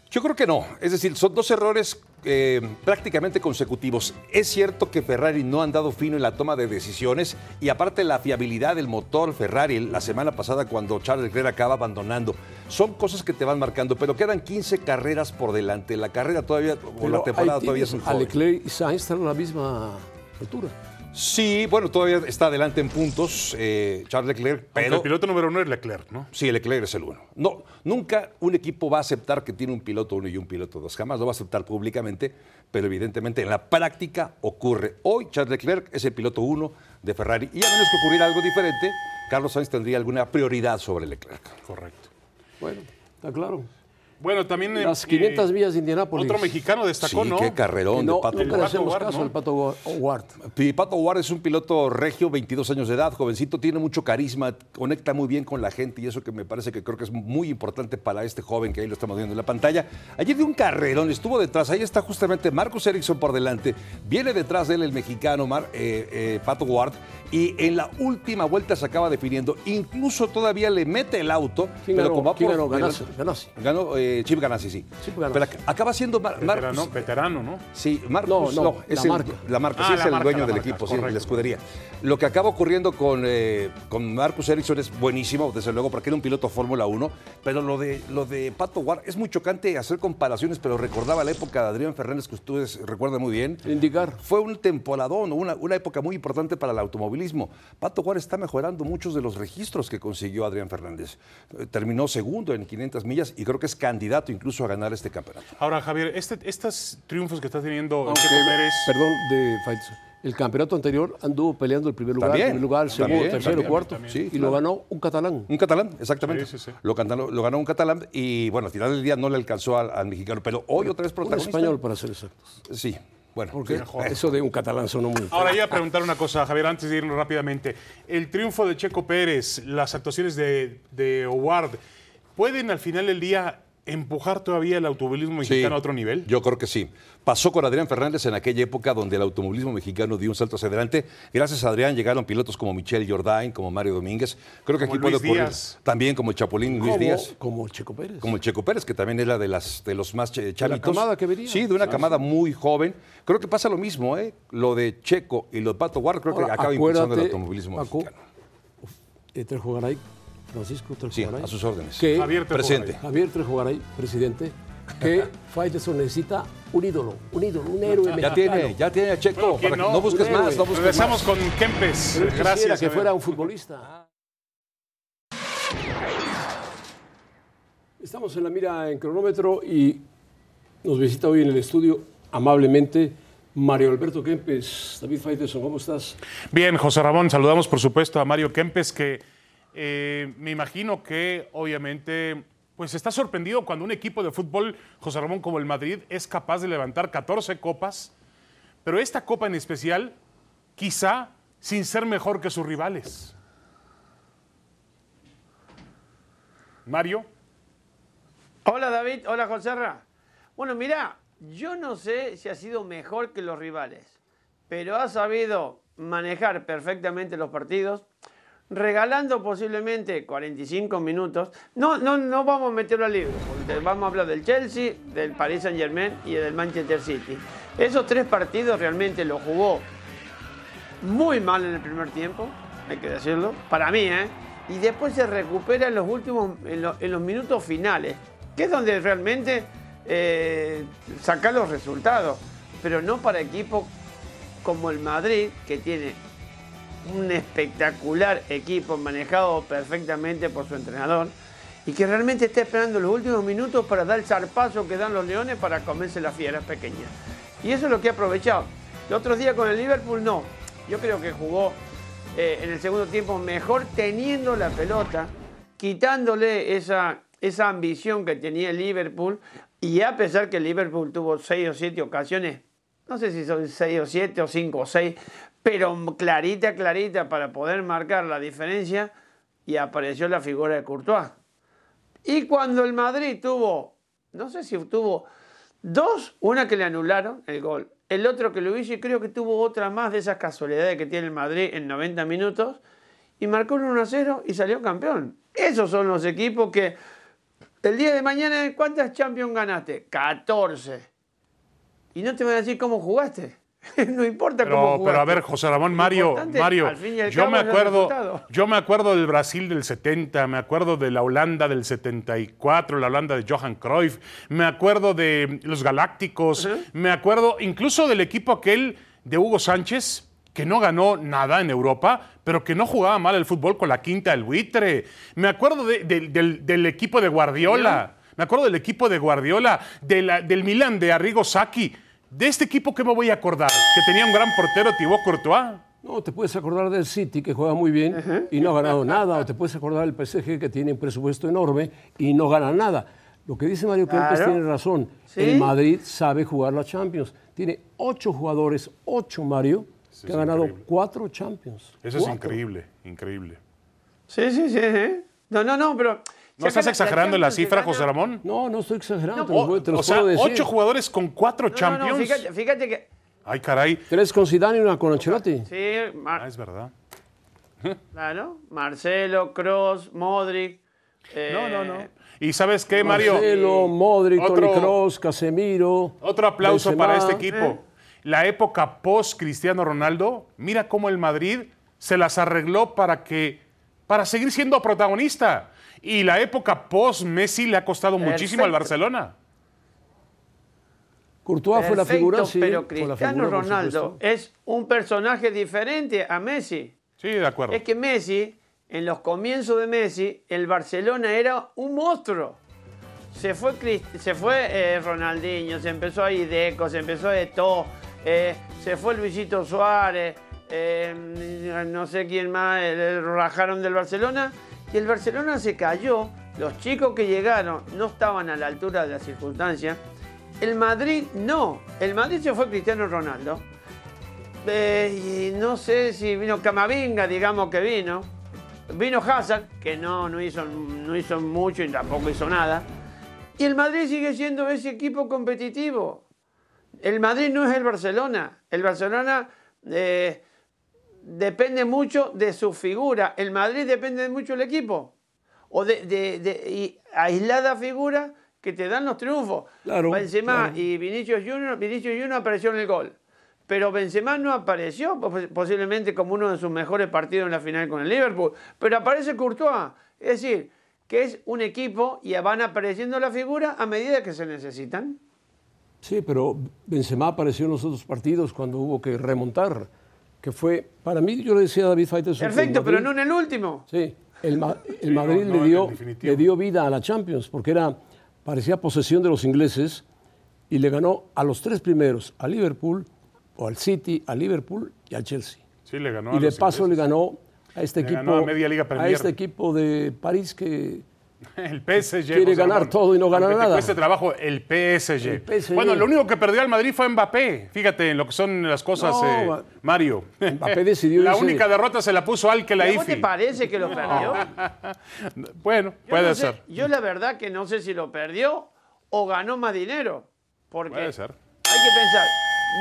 Yo creo que no. Es decir, son dos errores eh, prácticamente consecutivos. Es cierto que Ferrari no ha andado fino en la toma de decisiones y aparte la fiabilidad del motor Ferrari la semana pasada cuando Charles Leclerc acaba abandonando. Son cosas que te van marcando, pero quedan 15 carreras por delante. La carrera todavía, o
Pero
la
ahí
temporada todavía es
tienes
un
A
joven.
Leclerc y Sainz están a la misma altura.
Sí, bueno, todavía está adelante en puntos eh, Charles Leclerc,
Aunque
pero...
el piloto número uno es Leclerc, ¿no?
Sí, Leclerc es el uno. No, nunca un equipo va a aceptar que tiene un piloto uno y un piloto dos. Jamás lo va a aceptar públicamente, pero evidentemente en la práctica ocurre. Hoy Charles Leclerc es el piloto uno de Ferrari y a menos que ocurriera algo diferente, Carlos Sainz tendría alguna prioridad sobre Leclerc.
Correcto.
Bueno, está claro.
Bueno, también. eh,
Las 500 millas de Indianápolis.
Otro mexicano destacó,
sí,
¿no?
qué carrerón
no,
de Pato.
nunca
Ward.
le
Ward.
hacemos
Pato Ward,
caso
¿no?
al Pato Wa- Ward.
Y Pato Ward es un piloto regio, 22 años de edad, jovencito, tiene mucho carisma, conecta muy bien con la gente y eso que me parece que creo que es muy importante para este joven que ahí lo estamos viendo en la pantalla. Ayer dio un carrerón, estuvo detrás, ahí está justamente Marcus Ericsson por delante, viene detrás de él el mexicano Mar- eh, eh, Pato Ward y en la última vuelta se acaba definiendo, incluso todavía le mete el auto,
¿Quién
pero
ganó?
como va
¿Quién
por
ganó? pues Ganassi,
delante-
Ganassi.
Ganó eh, Chip Ganassi, sí.
Chip Ganassi.
Pero ac- acaba siendo Mar- Marcus-
Veterano, veterano, ¿no?
Sí, Marcos,
No,
no,
no,
es
la
el-
marca.
la marca,
Ah,
sí,
la
es el
marca,
dueño
la
del
marca,
equipo, sí, de la
correcto.
escudería. Lo que acaba ocurriendo con, eh, con Marcus Ericsson es buenísimo, desde luego, porque era un piloto Fórmula 1, pero lo de, lo de Pato War es muy chocante hacer comparaciones, pero recordaba la época de Adrián Fernández, que ustedes recuerdan muy bien.
Indicar.
Fue un temporadón, una, una época muy importante para el automovilismo. Pato Guar está mejorando muchos de los registros que consiguió Adrián Fernández. Eh, Terminó segundo en 500 millas y creo que es candidato incluso a ganar este campeonato.
Ahora, Javier, este, estos triunfos que está teniendo
Aunque,
Checo Pérez.
Perdón, de Faitelson. El campeonato anterior anduvo peleando el primer lugar,
También,
primer lugar, segundo,
también,
tercero,
también,
cuarto,
también. Sí,
y
claro.
lo ganó un catalán.
Un catalán, exactamente.
Sí, sí, sí.
Lo, ganó, lo ganó un catalán y bueno, al final del día no le alcanzó al, al mexicano, pero hoy otra vez
Un
protagonista.
español, para ser exactos.
Sí, bueno.
Porque
sí.
eso de un catalán sonó muy. feo.
Ahora, iba a preguntar una cosa, Javier, antes de irnos rápidamente. El triunfo de Checo Pérez, las actuaciones de, de Howard, ¿pueden al final del día empujar todavía el automovilismo
Sí,
mexicano a otro nivel?
Yo creo que sí. Pasó con Adrián Fernández en aquella época donde el automovilismo mexicano dio un salto hacia adelante. Gracias a Adrián llegaron pilotos como Michelle Jordain, como Mario Domínguez. Creo que
Como
aquí
Luis
puede ocurrir.
Díaz.
También como el Chapulín Luis
Como-
Díaz.
Como Checo Pérez.
Como el Checo Pérez, que también era de, las, de los más eh, chavitos.
camada que venía.
Sí, de una
Sí,
camada muy joven. Creo que pasa lo mismo, ¿eh? Lo de Checo y lo de Pato Guard creo que
Ahora,
acaba impulsando el
acuérdate,
automovilismo
Paco,
mexicano.
Eh, Trejo Garay, Francisco este, Trejo
Sí,
Garay.
a sus órdenes.
Que
Javier Trejo
Presente.
Garay.
Javier Trejo Garay, presidente, que Faitelson necesita un ídolo, un ídolo, un héroe
Ya
mexicano.
tiene, ya tiene a Checo.
Bueno, ¿quién
para que
no?
no busques
Un héroe.
más, no busques
Regresamos
más.
con Kempes.
Pero quisiera
Gracias.
que
Javier.
fuera un futbolista. Estamos en la mira en cronómetro y nos visita hoy en el estudio amablemente Mario Alberto Kempes. David Faitelson, ¿cómo estás?
Bien, José Ramón, saludamos por supuesto a Mario Kempes, que eh, me imagino que obviamente pues está sorprendido cuando un equipo de fútbol, José Ramón, como el Madrid, es capaz de levantar 14 copas, pero esta copa en especial quizá sin ser mejor que sus rivales. Mario,
Hola David, hola Joserra. Bueno, mira, yo no sé si ha sido mejor que los rivales, pero ha sabido manejar perfectamente los partidos, regalando posiblemente 45 minutos. No, no, no vamos a meterlo al libro, porque vamos a hablar del Chelsea, del Paris Saint Germain y del Manchester City. Esos tres partidos realmente los jugó muy mal en el primer tiempo, hay que decirlo, para mí, ¿eh? Y después se recupera en los últimos, en, lo- en los minutos finales, que es donde realmente eh, saca los resultados, pero no para equipos como el Madrid, que tiene un espectacular equipo manejado perfectamente por su entrenador y que realmente está esperando los últimos minutos para dar el zarpazo que dan los leones para comerse las fieras pequeñas. Y eso es lo que ha aprovechado. El otro día con el Liverpool no. Yo creo que jugó eh, en el segundo tiempo mejor teniendo la pelota, quitándole esa, esa ambición que tenía el Liverpool y a pesar que el Liverpool tuvo seis o siete ocasiones no sé si son 6 o 7 o 5 o 6, pero clarita, clarita para poder marcar la diferencia y apareció la figura de Courtois. Y cuando el Madrid tuvo, no sé si tuvo dos, una que le anularon el gol, el otro que lo hizo y creo que tuvo otra más de esas casualidades que tiene el Madrid en 90 minutos y marcó un 1 0 y salió campeón. Esos son los equipos que el día de mañana, ¿cuántas Champions ganaste? 14 y no te van a decir cómo jugaste. no importa cómo
pero,
jugaste.
pero a ver, José Ramón,
Lo
Mario,
importante,
Mario,
al fin y al
yo
cabo,
me
es el
acuerdo,
resultado.
yo me acuerdo del Brasil del 70, me acuerdo de la Holanda del 74, la Holanda de Johan Cruyff, me acuerdo de los Galácticos, me acuerdo incluso del equipo aquel de Hugo Sánchez que no ganó nada en Europa, pero que no jugaba mal el fútbol con la quinta del buitre. Me acuerdo de- de- del, del equipo de Guardiola. Me acuerdo del equipo de Guardiola, de la- del Milan, de Arrigo Sacchi. De este equipo, ¿qué me voy a acordar? Que tenía un gran portero, Thibaut Courtois.
No, te puedes acordar del City, que juega muy bien y no ha ganado nada, o te puedes acordar del PSG, que tiene un presupuesto enorme y no gana nada. Lo que dice Mario Kempes
Claro.
tiene razón.
Sí.
El Madrid sabe jugar la Champions. Tiene ocho jugadores, ocho Mario, que ha ganado cuatro Champions.
Eso es
Cuatro.
increíble, increíble.
Sí, sí, sí, sí. No, no, no, pero.
¿No estás exagerando en la cifra, José Ramón?
No, no estoy exagerando. te
O,
los voy- te los
o sea,
puedo decir.
ocho jugadores con cuatro
Champions.
Champions.
fíjate, fíjate que.
Ay, caray.
Tres con Zidane y una con Ancelotti.
Sí, Mar-
Ah, es verdad.
claro. Marcelo, Cross, Modric. eh,
No, no, no. ¿Y sabes qué, Mario?
Marcelo, Modric, Toni
Otro-
Kroos, Casemiro.
Otro aplauso para este
Benzema.
equipo. La época post Cristiano Ronaldo, mira cómo el Madrid se las arregló para que para seguir siendo protagonista. Y la época post Messi le ha costado muchísimo al
Perfecto.
Barcelona.
Courtois fue la
perfecto,
figura, sí.
Pero
fue la
Cristiano
figura, por
Ronaldo
supuesto.
es un personaje diferente a Messi.
Sí, de acuerdo.
Es que Messi, en los comienzos de Messi, el Barcelona era un monstruo. Se fue, Crist- se fue eh, Ronaldinho, se empezó a Ideco, se empezó Eto, se fue Luisito Suárez, eh, no sé quién más, eh, rajaron del Barcelona. Y el Barcelona se cayó, los chicos que llegaron no estaban a la altura de las circunstancias. El Madrid no, el Madrid se fue Cristiano Ronaldo. Eh, y no sé si vino Camavinga, digamos que vino. Vino Hazard, que no, no, hizo, no hizo mucho y tampoco hizo nada. Y el Madrid sigue siendo ese equipo competitivo. El Madrid no es el Barcelona. El Barcelona eh, depende mucho de su figura. El Madrid depende mucho del equipo. O de, de- de- y aislada figura que te dan los triunfos.
Claro,
Benzema
claro.
y Vinicius Junior, Vinicius Junior apareció en el gol. Pero Benzema no apareció pos- posiblemente como uno de sus mejores partidos en la final con el Liverpool. Pero aparece Courtois. Es decir, que es un equipo y van apareciendo las figuras a medida que se necesitan.
Sí, pero Benzema apareció en los otros partidos cuando hubo que remontar. Que fue, para mí, yo le decía a David Faitelson. que
Perfecto,
el
pero
Madrid-
no en el último.
Sí, el, Ma- el Madrid
no,
le,
en
dio,
definitivo.
le dio vida a la Champions porque era, parecía posesión de los ingleses y le ganó a los tres primeros, a Liverpool, o al City, a Liverpool y al Chelsea.
Sí, le ganó a
y de
los
paso
ingleses.
le ganó a este
Le
equipo
ganó a media Liga
a
Premier.
este equipo de París que
El PSG.
Quiere
José
ganar
Ramón.
todo y no gana
Aunque te
nada.
cueste trabajo el PSG.
El PSG.
Bueno, lo único que perdió al Madrid fue Mbappé. Fíjate en lo que son las cosas,
No,
eh,
va-
Mario.
Mbappé decidió
La
irse.
única derrota se la puso al que la
¿Vos te parece que lo perdió?
Bueno,
Yo
puede
no sé-
ser.
Yo la verdad que no sé si lo perdió o ganó más dinero. Porque
Puede ser.
Hay que pensar,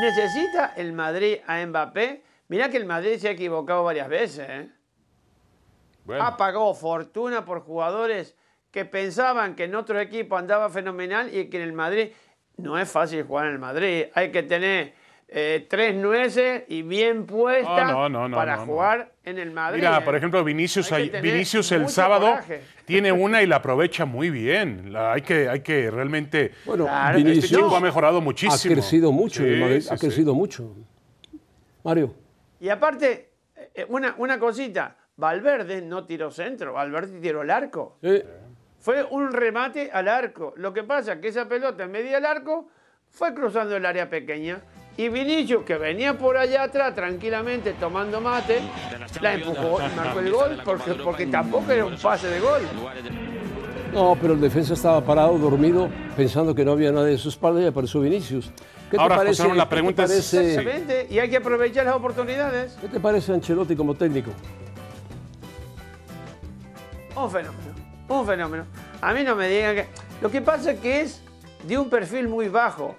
¿necesita el Madrid a Mbappé? Mirá que el Madrid se ha equivocado varias veces. ¿eh?
Bueno.
Ha pagado fortuna por jugadores que pensaban que en otro equipo andaba fenomenal y que en el Madrid no es fácil jugar en el Madrid. Hay que tener eh, tres nueces y bien puestas
No, no, no, no,
para
no, no.
jugar en el Madrid.
Mira,
¿eh?
por ejemplo, Vinicius,
Hay que
ahí-
tener
Vinicius el
mucho
sábado
coraje.
tiene una y la aprovecha muy bien. La- hay, que, hay que realmente...
Bueno,
Claro, este
este
Vinicius
chico ha mejorado
ha
muchísimo.
crecido mucho,
Sí,
el Madrid,
sí,
ha
sí.
crecido mucho. Mario,
Y aparte, eh, una, una cosita, Valverde no tiró centro, Valverde tiró el arco.
eh,
Fue un remate al arco. Lo que pasa es que esa pelota en medio del arco fue cruzando el área pequeña. Y Vinicius, que venía por allá atrás tranquilamente tomando mate, la empujó y marcó el gol porque, porque tampoco era un pase de gol.
no, pero el defensa estaba parado, dormido, pensando que no había nadie de su espalda y apareció Vinicius. ¿Qué
Ahora,
te
José
parece?
Ramón, la
qué te
pregunta es-
parece-
Exactamente. Y hay que aprovechar las oportunidades.
¿Qué te parece Ancelotti como técnico?
Un fenómeno, un fenómeno. A mí no me digan que... Lo que pasa es que es de un perfil muy bajo,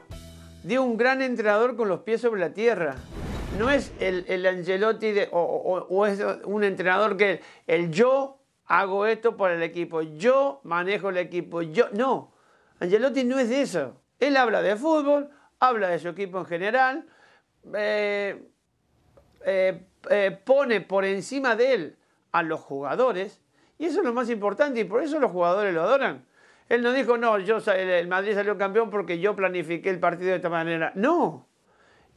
de un gran entrenador con los pies sobre la tierra. No es el, el Angelotti de- o, o- o es un entrenador que el yo hago esto por el equipo, yo manejo el equipo, yo... No, Angelotti no es de eso. Él habla de fútbol, habla de su equipo en general, eh, eh, eh, pone por encima de él a los jugadores, y eso es lo más importante, y por eso los jugadores lo adoran. Él no dijo, no, yo, sa- el- el Madrid salió campeón porque yo planifiqué el partido de esta manera. No,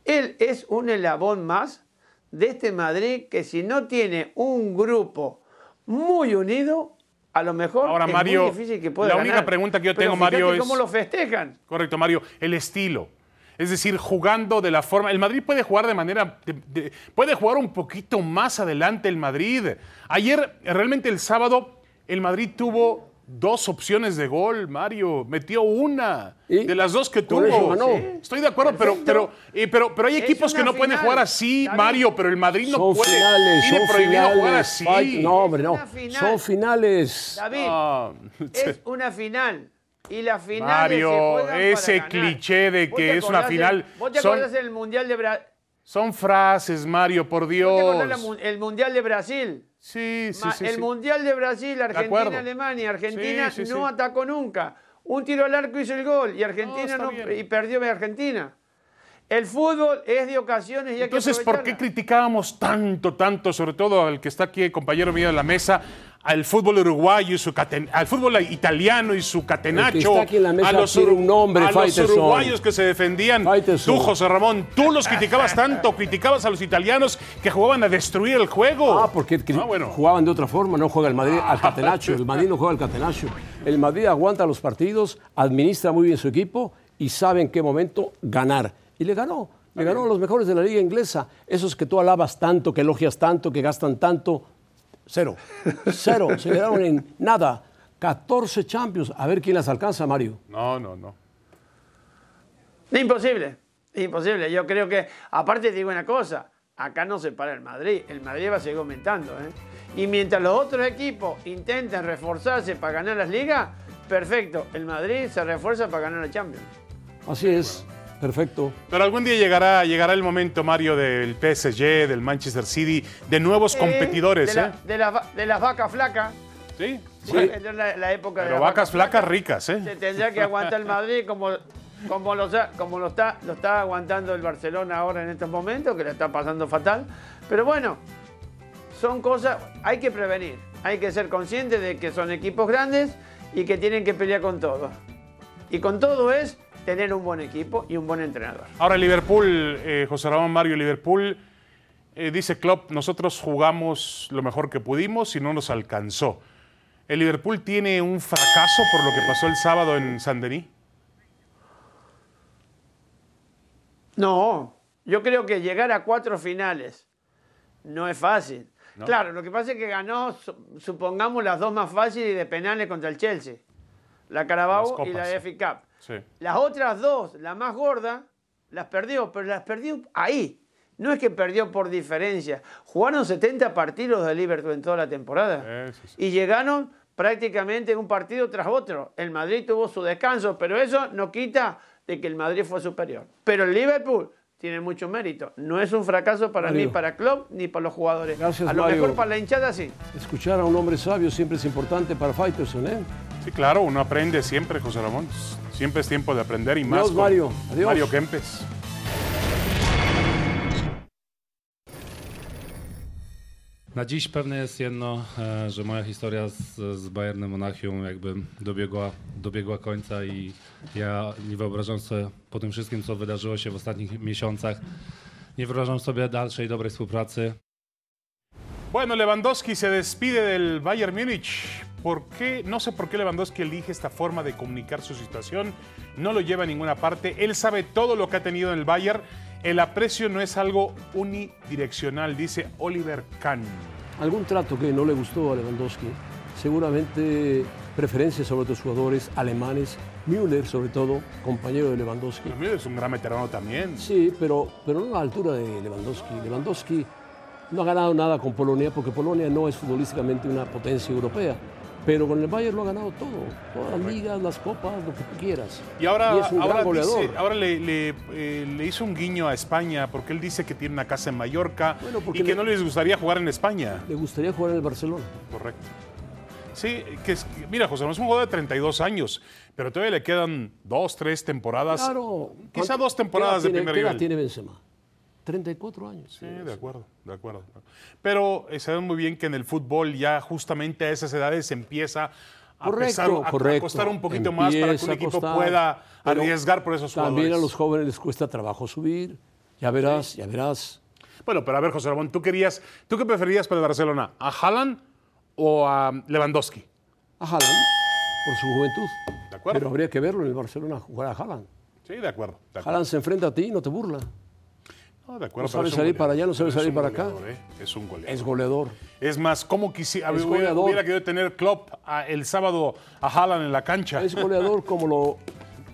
él es un elabón más de este Madrid que si no tiene un grupo muy unido, a lo mejor
Ahora,
es
Mario,
muy difícil que pueda
la única
ganar.
pregunta que yo
Pero
tengo, Mario,
fíjate
es-
cómo lo festejan.
Correcto, Mario. El estilo. Es decir, jugando de la forma. El Madrid puede jugar de manera. de- de- puede jugar un poquito más adelante el Madrid. Ayer, realmente el sábado, el Madrid tuvo dos opciones de gol, Mario. Metió una
¿Y?
de las dos que
Con eso
tuvo.
ganó.
Sí. Estoy de acuerdo, pero, pero,
Perfecto.
eh, pero, pero hay
Es
equipos que
una
no pueden
final.
jugar así,
David.
Mario. Pero el Madrid no
son
puede.
finales,
tiene
son
prohibido
finales.
jugar así.
Ay, no, hombre,
Es
no.
una final.
Son finales.
David,
Ah,
es una final. Y la final
Mario, ese cliché de que es una final
¿Vos te
son-
acordás del Mundial de Brasil?
Son frases, Mario, por
¿Vos
Dios.
te acordás la mu- el Mundial de Brasil?
Sí, sí,
Ma-
sí.
el
sí.
Mundial de Brasil,
acuerdo.
Argentina-Alemania. Argentina
Sí, sí,
no
sí.
atacó nunca. Un tiro al arco hizo el gol y Argentina
está
no,
bien.
y perdió a Argentina. El fútbol es de ocasiones y hay
Entonces,
que
¿por qué
aprovecharla.
criticábamos tanto, tanto, sobre todo al que está aquí, el compañero mío de la mesa, al fútbol uruguayo y su caten- al fútbol italiano y su catenacho?
El que está aquí en la mesa
a los,
tiene
uru-
un nombre,
a los
Faitelson.
uruguayos que se defendían.
Faitelson.
Tú, José Ramón, tú los criticabas tanto, criticabas a los italianos que jugaban a destruir el juego.
Ah, porque cri-
Ah, bueno.
jugaban de otra forma, no juega el Madrid al catenacho, el Madrid no juega al catenacho. El Madrid aguanta los partidos, administra muy bien su equipo y sabe en qué momento ganar. Y le ganó, le ganó a los mejores de la liga inglesa, esos que tú alabas tanto, que elogias tanto, que gastan tanto, cero, cero, se quedaron en nada. 14 Champions, a ver quién las alcanza, Mario.
No, no, no.
Imposible, imposible. Yo creo que, aparte te digo una cosa, acá no se para el Madrid, el Madrid va a seguir aumentando. ¿eh? Y mientras los otros equipos intenten reforzarse para ganar las ligas, perfecto, el Madrid se refuerza para ganar la Champions.
Así es, perfecto.
Pero algún día llegará, llegará el momento, Mario, del PSG, del Manchester City, de nuevos
Sí,
competidores,
de la-
¿eh?
de, las va- de las vacas flacas.
Sí.
Esa es la, la época de
Pero
las
vacas flacas ricas, ¿eh?
Se tendrá que aguantar el Madrid como, como, lo, sa- como lo, está, lo está aguantando el Barcelona ahora en estos momentos, que le está pasando fatal. Pero bueno, son cosas, hay que prevenir, hay que ser conscientes de que son equipos grandes y que tienen que pelear con todo. Y con todo es tener un buen equipo y un buen entrenador.
Ahora Liverpool, eh, José Ramón Mario, Liverpool, eh, dice Klopp, nosotros jugamos lo mejor que pudimos y no nos alcanzó. ¿El Liverpool tiene un fracaso por lo que pasó el sábado en San Denis?
No, yo creo que llegar a cuatro finales no es fácil. Claro, lo que pasa es que ganó, su- supongamos, las dos más fáciles y de penales contra el Chelsea. La
Las
Carabao
copas.
y la FA Cup.
Sí.
Las otras dos, la más gorda, las perdió, pero las perdió ahí. No es que perdió por diferencia. Jugaron 70 partidos de Liverpool en toda la temporada.
Eh, sí, sí.
Y llegaron prácticamente un partido tras otro. El Madrid tuvo su descanso, pero eso no quita de que el Madrid fue superior. Pero el Liverpool tiene mucho mérito. No es un fracaso para mí,
Mario.
para Klopp, ni para los jugadores.
Gracias,
A lo
Mario.
mejor para la hinchada sí.
Escuchar a un hombre sabio siempre es importante para Faitelson, ¿eh?
Sí, claro, uno aprende siempre, José Ramón. Siempre es tiempo de aprender y más.
Adiós,
con
Mario. Adiós.
Mario Kempes.
Na dziś pewne jest jedno, e, że moja historia z, z Bayernem Monachium jakby dobiegła, dobiegła końca i ja nie wyobrażam sobie po tym wszystkim, co wydarzyło się w ostatnich miesiącach, nie wyobrażam sobie dalszej dobrej współpracy.
Bueno, Lewandowski se despide del Bayern Múnich. ¿Por qué? No sé por qué Lewandowski elige esta forma de comunicar su situación. No lo lleva a ninguna parte. Él sabe todo lo que ha tenido en el Bayern. El aprecio no es algo unidireccional, dice Oliver Kahn.
Algún trato que no le gustó a Lewandowski, seguramente preferencias sobre otros jugadores alemanes, Müller sobre todo, compañero de Lewandowski.
Lo mío es un gran veterano también.
Sí, pero, pero no a la altura de Lewandowski. Lewandowski no ha ganado nada con Polonia porque Polonia no es futbolísticamente una potencia europea. Pero con el Bayern lo ha ganado todo. Todas las ligas, las copas, lo que tú quieras.
Y ahora,
es un
ahora,
gran goleador.
dice- ahora le, le, eh, le hizo un guiño a España porque él dice que tiene una casa en Mallorca
Bueno,
y
porque
que
le-
no les gustaría jugar en España.
Le gustaría jugar en el Barcelona.
Correcto. Sí, que es- mira, José, no es un jugador de 32 años, pero todavía le quedan dos, tres temporadas.
Claro.
Quizá
¿Cuánto-
dos temporadas
qué edad
de
tiene-
primer
¿Qué edad
nivel.
tiene Benzema? 34 años.
Sí, de acuerdo, de acuerdo. Pero eh, saben muy bien que en el fútbol ya justamente a esas edades empieza a,
Correcto,
pesar- a- a
correcto.
costar un poquito más para que
Empieza
un
a
equipo
costar,
pueda
pero
arriesgar por esos
También a
jugadores.
los jóvenes les cuesta trabajo subir. Ya verás, ya verás.
Bueno, pero a ver, José Ramón, ¿tú querías, tú qué preferías para el Barcelona? ¿A Haaland o a Lewandowski?
A Haaland, por su juventud.
De acuerdo.
Pero habría que verlo en el Barcelona jugar a Haaland.
Sí, de acuerdo. De acuerdo.
Haaland se enfrenta a ti y no te burla.
No, de acuerdo,
no
pero
sabe
es un
salir para
goleador,
allá, no sabe
pero es
salir
un
para acá.
goleador, ¿eh? Es un goleador.
Es goleador.
Es más, ¿cómo quisiera?
Es
Hubiera,
goleador.
hubiera querido tener Klopp a- el sábado a Haaland en la cancha,
Es goleador como lo.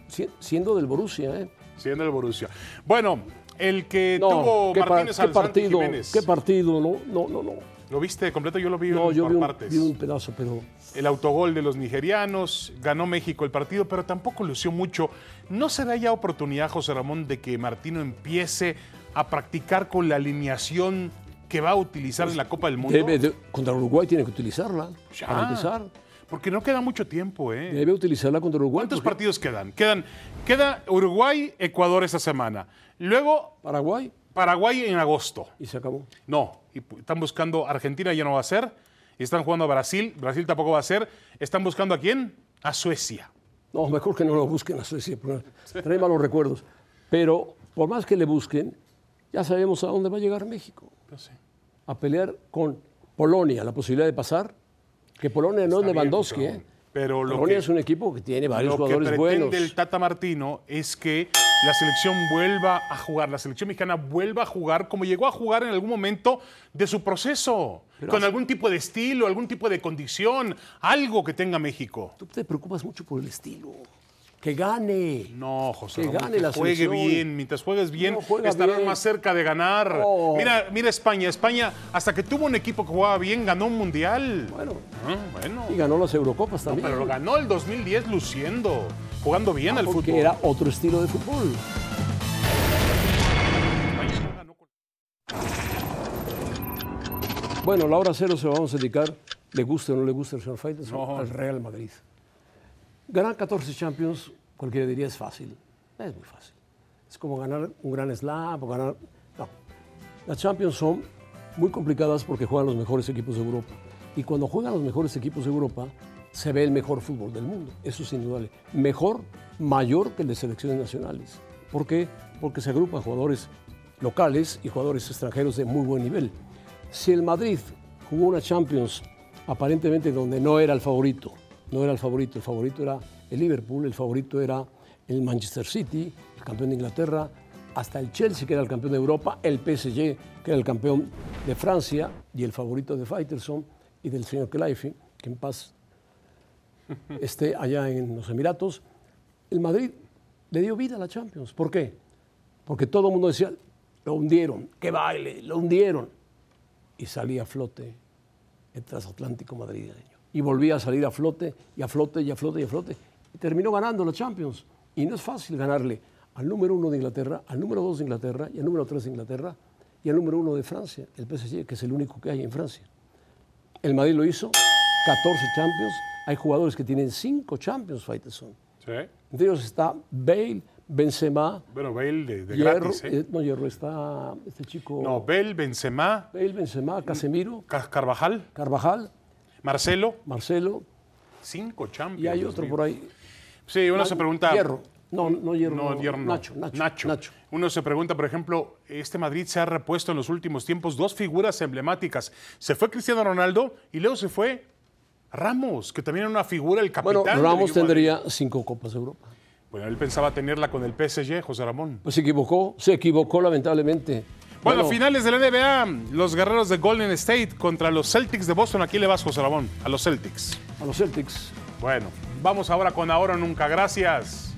si- siendo del Borussia, ¿eh?
siendo el Borussia. Bueno, el que
No,
tuvo
qué, par-
Martínez
qué
al Santi
partido,
Jiménez.
qué partido, no, no, no, no.
¿Lo viste completo? Yo lo vi
No,
en-
yo
por
vi un,
partes.
vi un pedazo, pero
El autogol de los nigerianos, ganó México el partido, pero tampoco lució mucho. ¿No será ya oportunidad, José Ramón, de que Martino empiece a practicar con la alineación que va a utilizar en la Copa del Mundo?
Pues debe de- contra Uruguay tiene que utilizarla
Ya.
para empezar.
Porque no queda mucho tiempo, ¿eh?
Debe utilizarla contra Uruguay.
¿Cuántos
porque
partidos quedan? Quedan queda Uruguay, Ecuador esta semana. Luego
Paraguay
Paraguay en agosto.
y se acabó.
No, y pu- están buscando Argentina ya no va a ser. Están jugando a Brasil, Brasil tampoco va a ser. Están buscando a quién? A Suecia.
No, mejor que no lo busquen a Suecia, porque trae malos recuerdos. Pero por más que le busquen, ya sabemos a dónde va a llegar México.
Pues
A pelear con Polonia, la posibilidad de pasar. Que Polonia no es
bien,
Lewandowski,
José
¿eh?
Ramón, pero lo
Polonia
que-
es un equipo que tiene varios
Lo que
jugadores
pretende
buenos.
el Tata Martino es que la selección vuelva a jugar, la selección mexicana vuelva a jugar como llegó a jugar en algún momento de su proceso, con algún tipo de estilo, algún tipo de condición, algo que tenga México.
Tú te preocupas mucho por el estilo. Que gane.
No, José.
Que
Ramón,
gane
que
la
juegue
selección.
bien. Mientras juegues bien,
No juega
estarás
bien.
más cerca de ganar.
Oh.
Mira, mira España. España, hasta que tuvo un equipo que jugaba bien, ganó un mundial.
Bueno,
Ah, bueno.
y ganó las Eurocopas también.
Pero lo ganó el 2010 luciendo, jugando bien al
Ah, porque
fútbol.
era otro estilo de fútbol.
España ganó con-
Bueno, la hora cero se la vamos a dedicar, le guste o no le guste el señor Faitelson,
No.
al Real Madrid. Ganar 14 Champions, cualquiera diría es fácil. Es muy fácil. Es como ganar un gran slam o ganar. No. Las Champions son muy complicadas porque juegan los mejores equipos de Europa. Y cuando juegan los mejores equipos de Europa, se ve el mejor fútbol del mundo. Eso es indudable. Mejor, mayor que el de selecciones nacionales. ¿Por qué? Porque se agrupan jugadores locales y jugadores extranjeros de muy buen nivel. Si el Madrid jugó una Champions aparentemente donde no era el favorito, no era el favorito, el favorito era el Liverpool, el favorito era el Manchester City, el campeón de Inglaterra, hasta el Chelsea que era el campeón de Europa, el PSG que era el campeón de Francia y el favorito de Faitelson y del señor Kleife, que en paz esté allá en los Emiratos. El Madrid le dio vida a la Champions. ¿Por qué? Porque todo el mundo decía, lo hundieron, que baile, lo hundieron. Y salía a flote el transatlántico madrileño. Y volvía a salir a flote, y a flote, y a flote, y a flote. Y terminó ganando la Champions. Y no es fácil ganarle al número uno de Inglaterra, al número dos de Inglaterra, y al número tres de Inglaterra, y al número uno de Francia, el PSG, que es el único que hay en Francia. El Madrid lo hizo, 14 Champions. Hay jugadores que tienen 5 Champions, Faitelson.
Sí.
Entre ellos está Bale, Benzema,
Bueno, Bale de, de
Hierro,
gratis, ¿eh?
eh, no Hierro, está este chico
No, Bale, Benzema,
Bale, Benzema, Casemiro,
Ca- Carvajal,
Carvajal,
Marcelo,
Marcelo
cinco champions.
y hay
Dios
otro
mío.
por ahí.
Sí, uno se pregunta.
Hierro. No, no Hierro.
No, Dier no.
Nacho, Nacho, Nacho.
Uno se pregunta, por ejemplo, este Madrid se ha repuesto en los últimos tiempos dos figuras emblemáticas. Se fue Cristiano Ronaldo y luego se fue Ramos, que también era una figura, el capitán.
Bueno,
del
Ramos
equipo de-
tendría cinco Copas de Europa.
Bueno, él pensaba tenerla con el PSG, José Ramón.
Pues se equivocó, se equivocó lamentablemente.
Bueno, finales de la NBA, los guerreros de Golden State contra los Celtics de Boston. Aquí le vas, José Ramón, a los Celtics.
A los Celtics.
Bueno, vamos ahora con Ahora o Nunca. Gracias.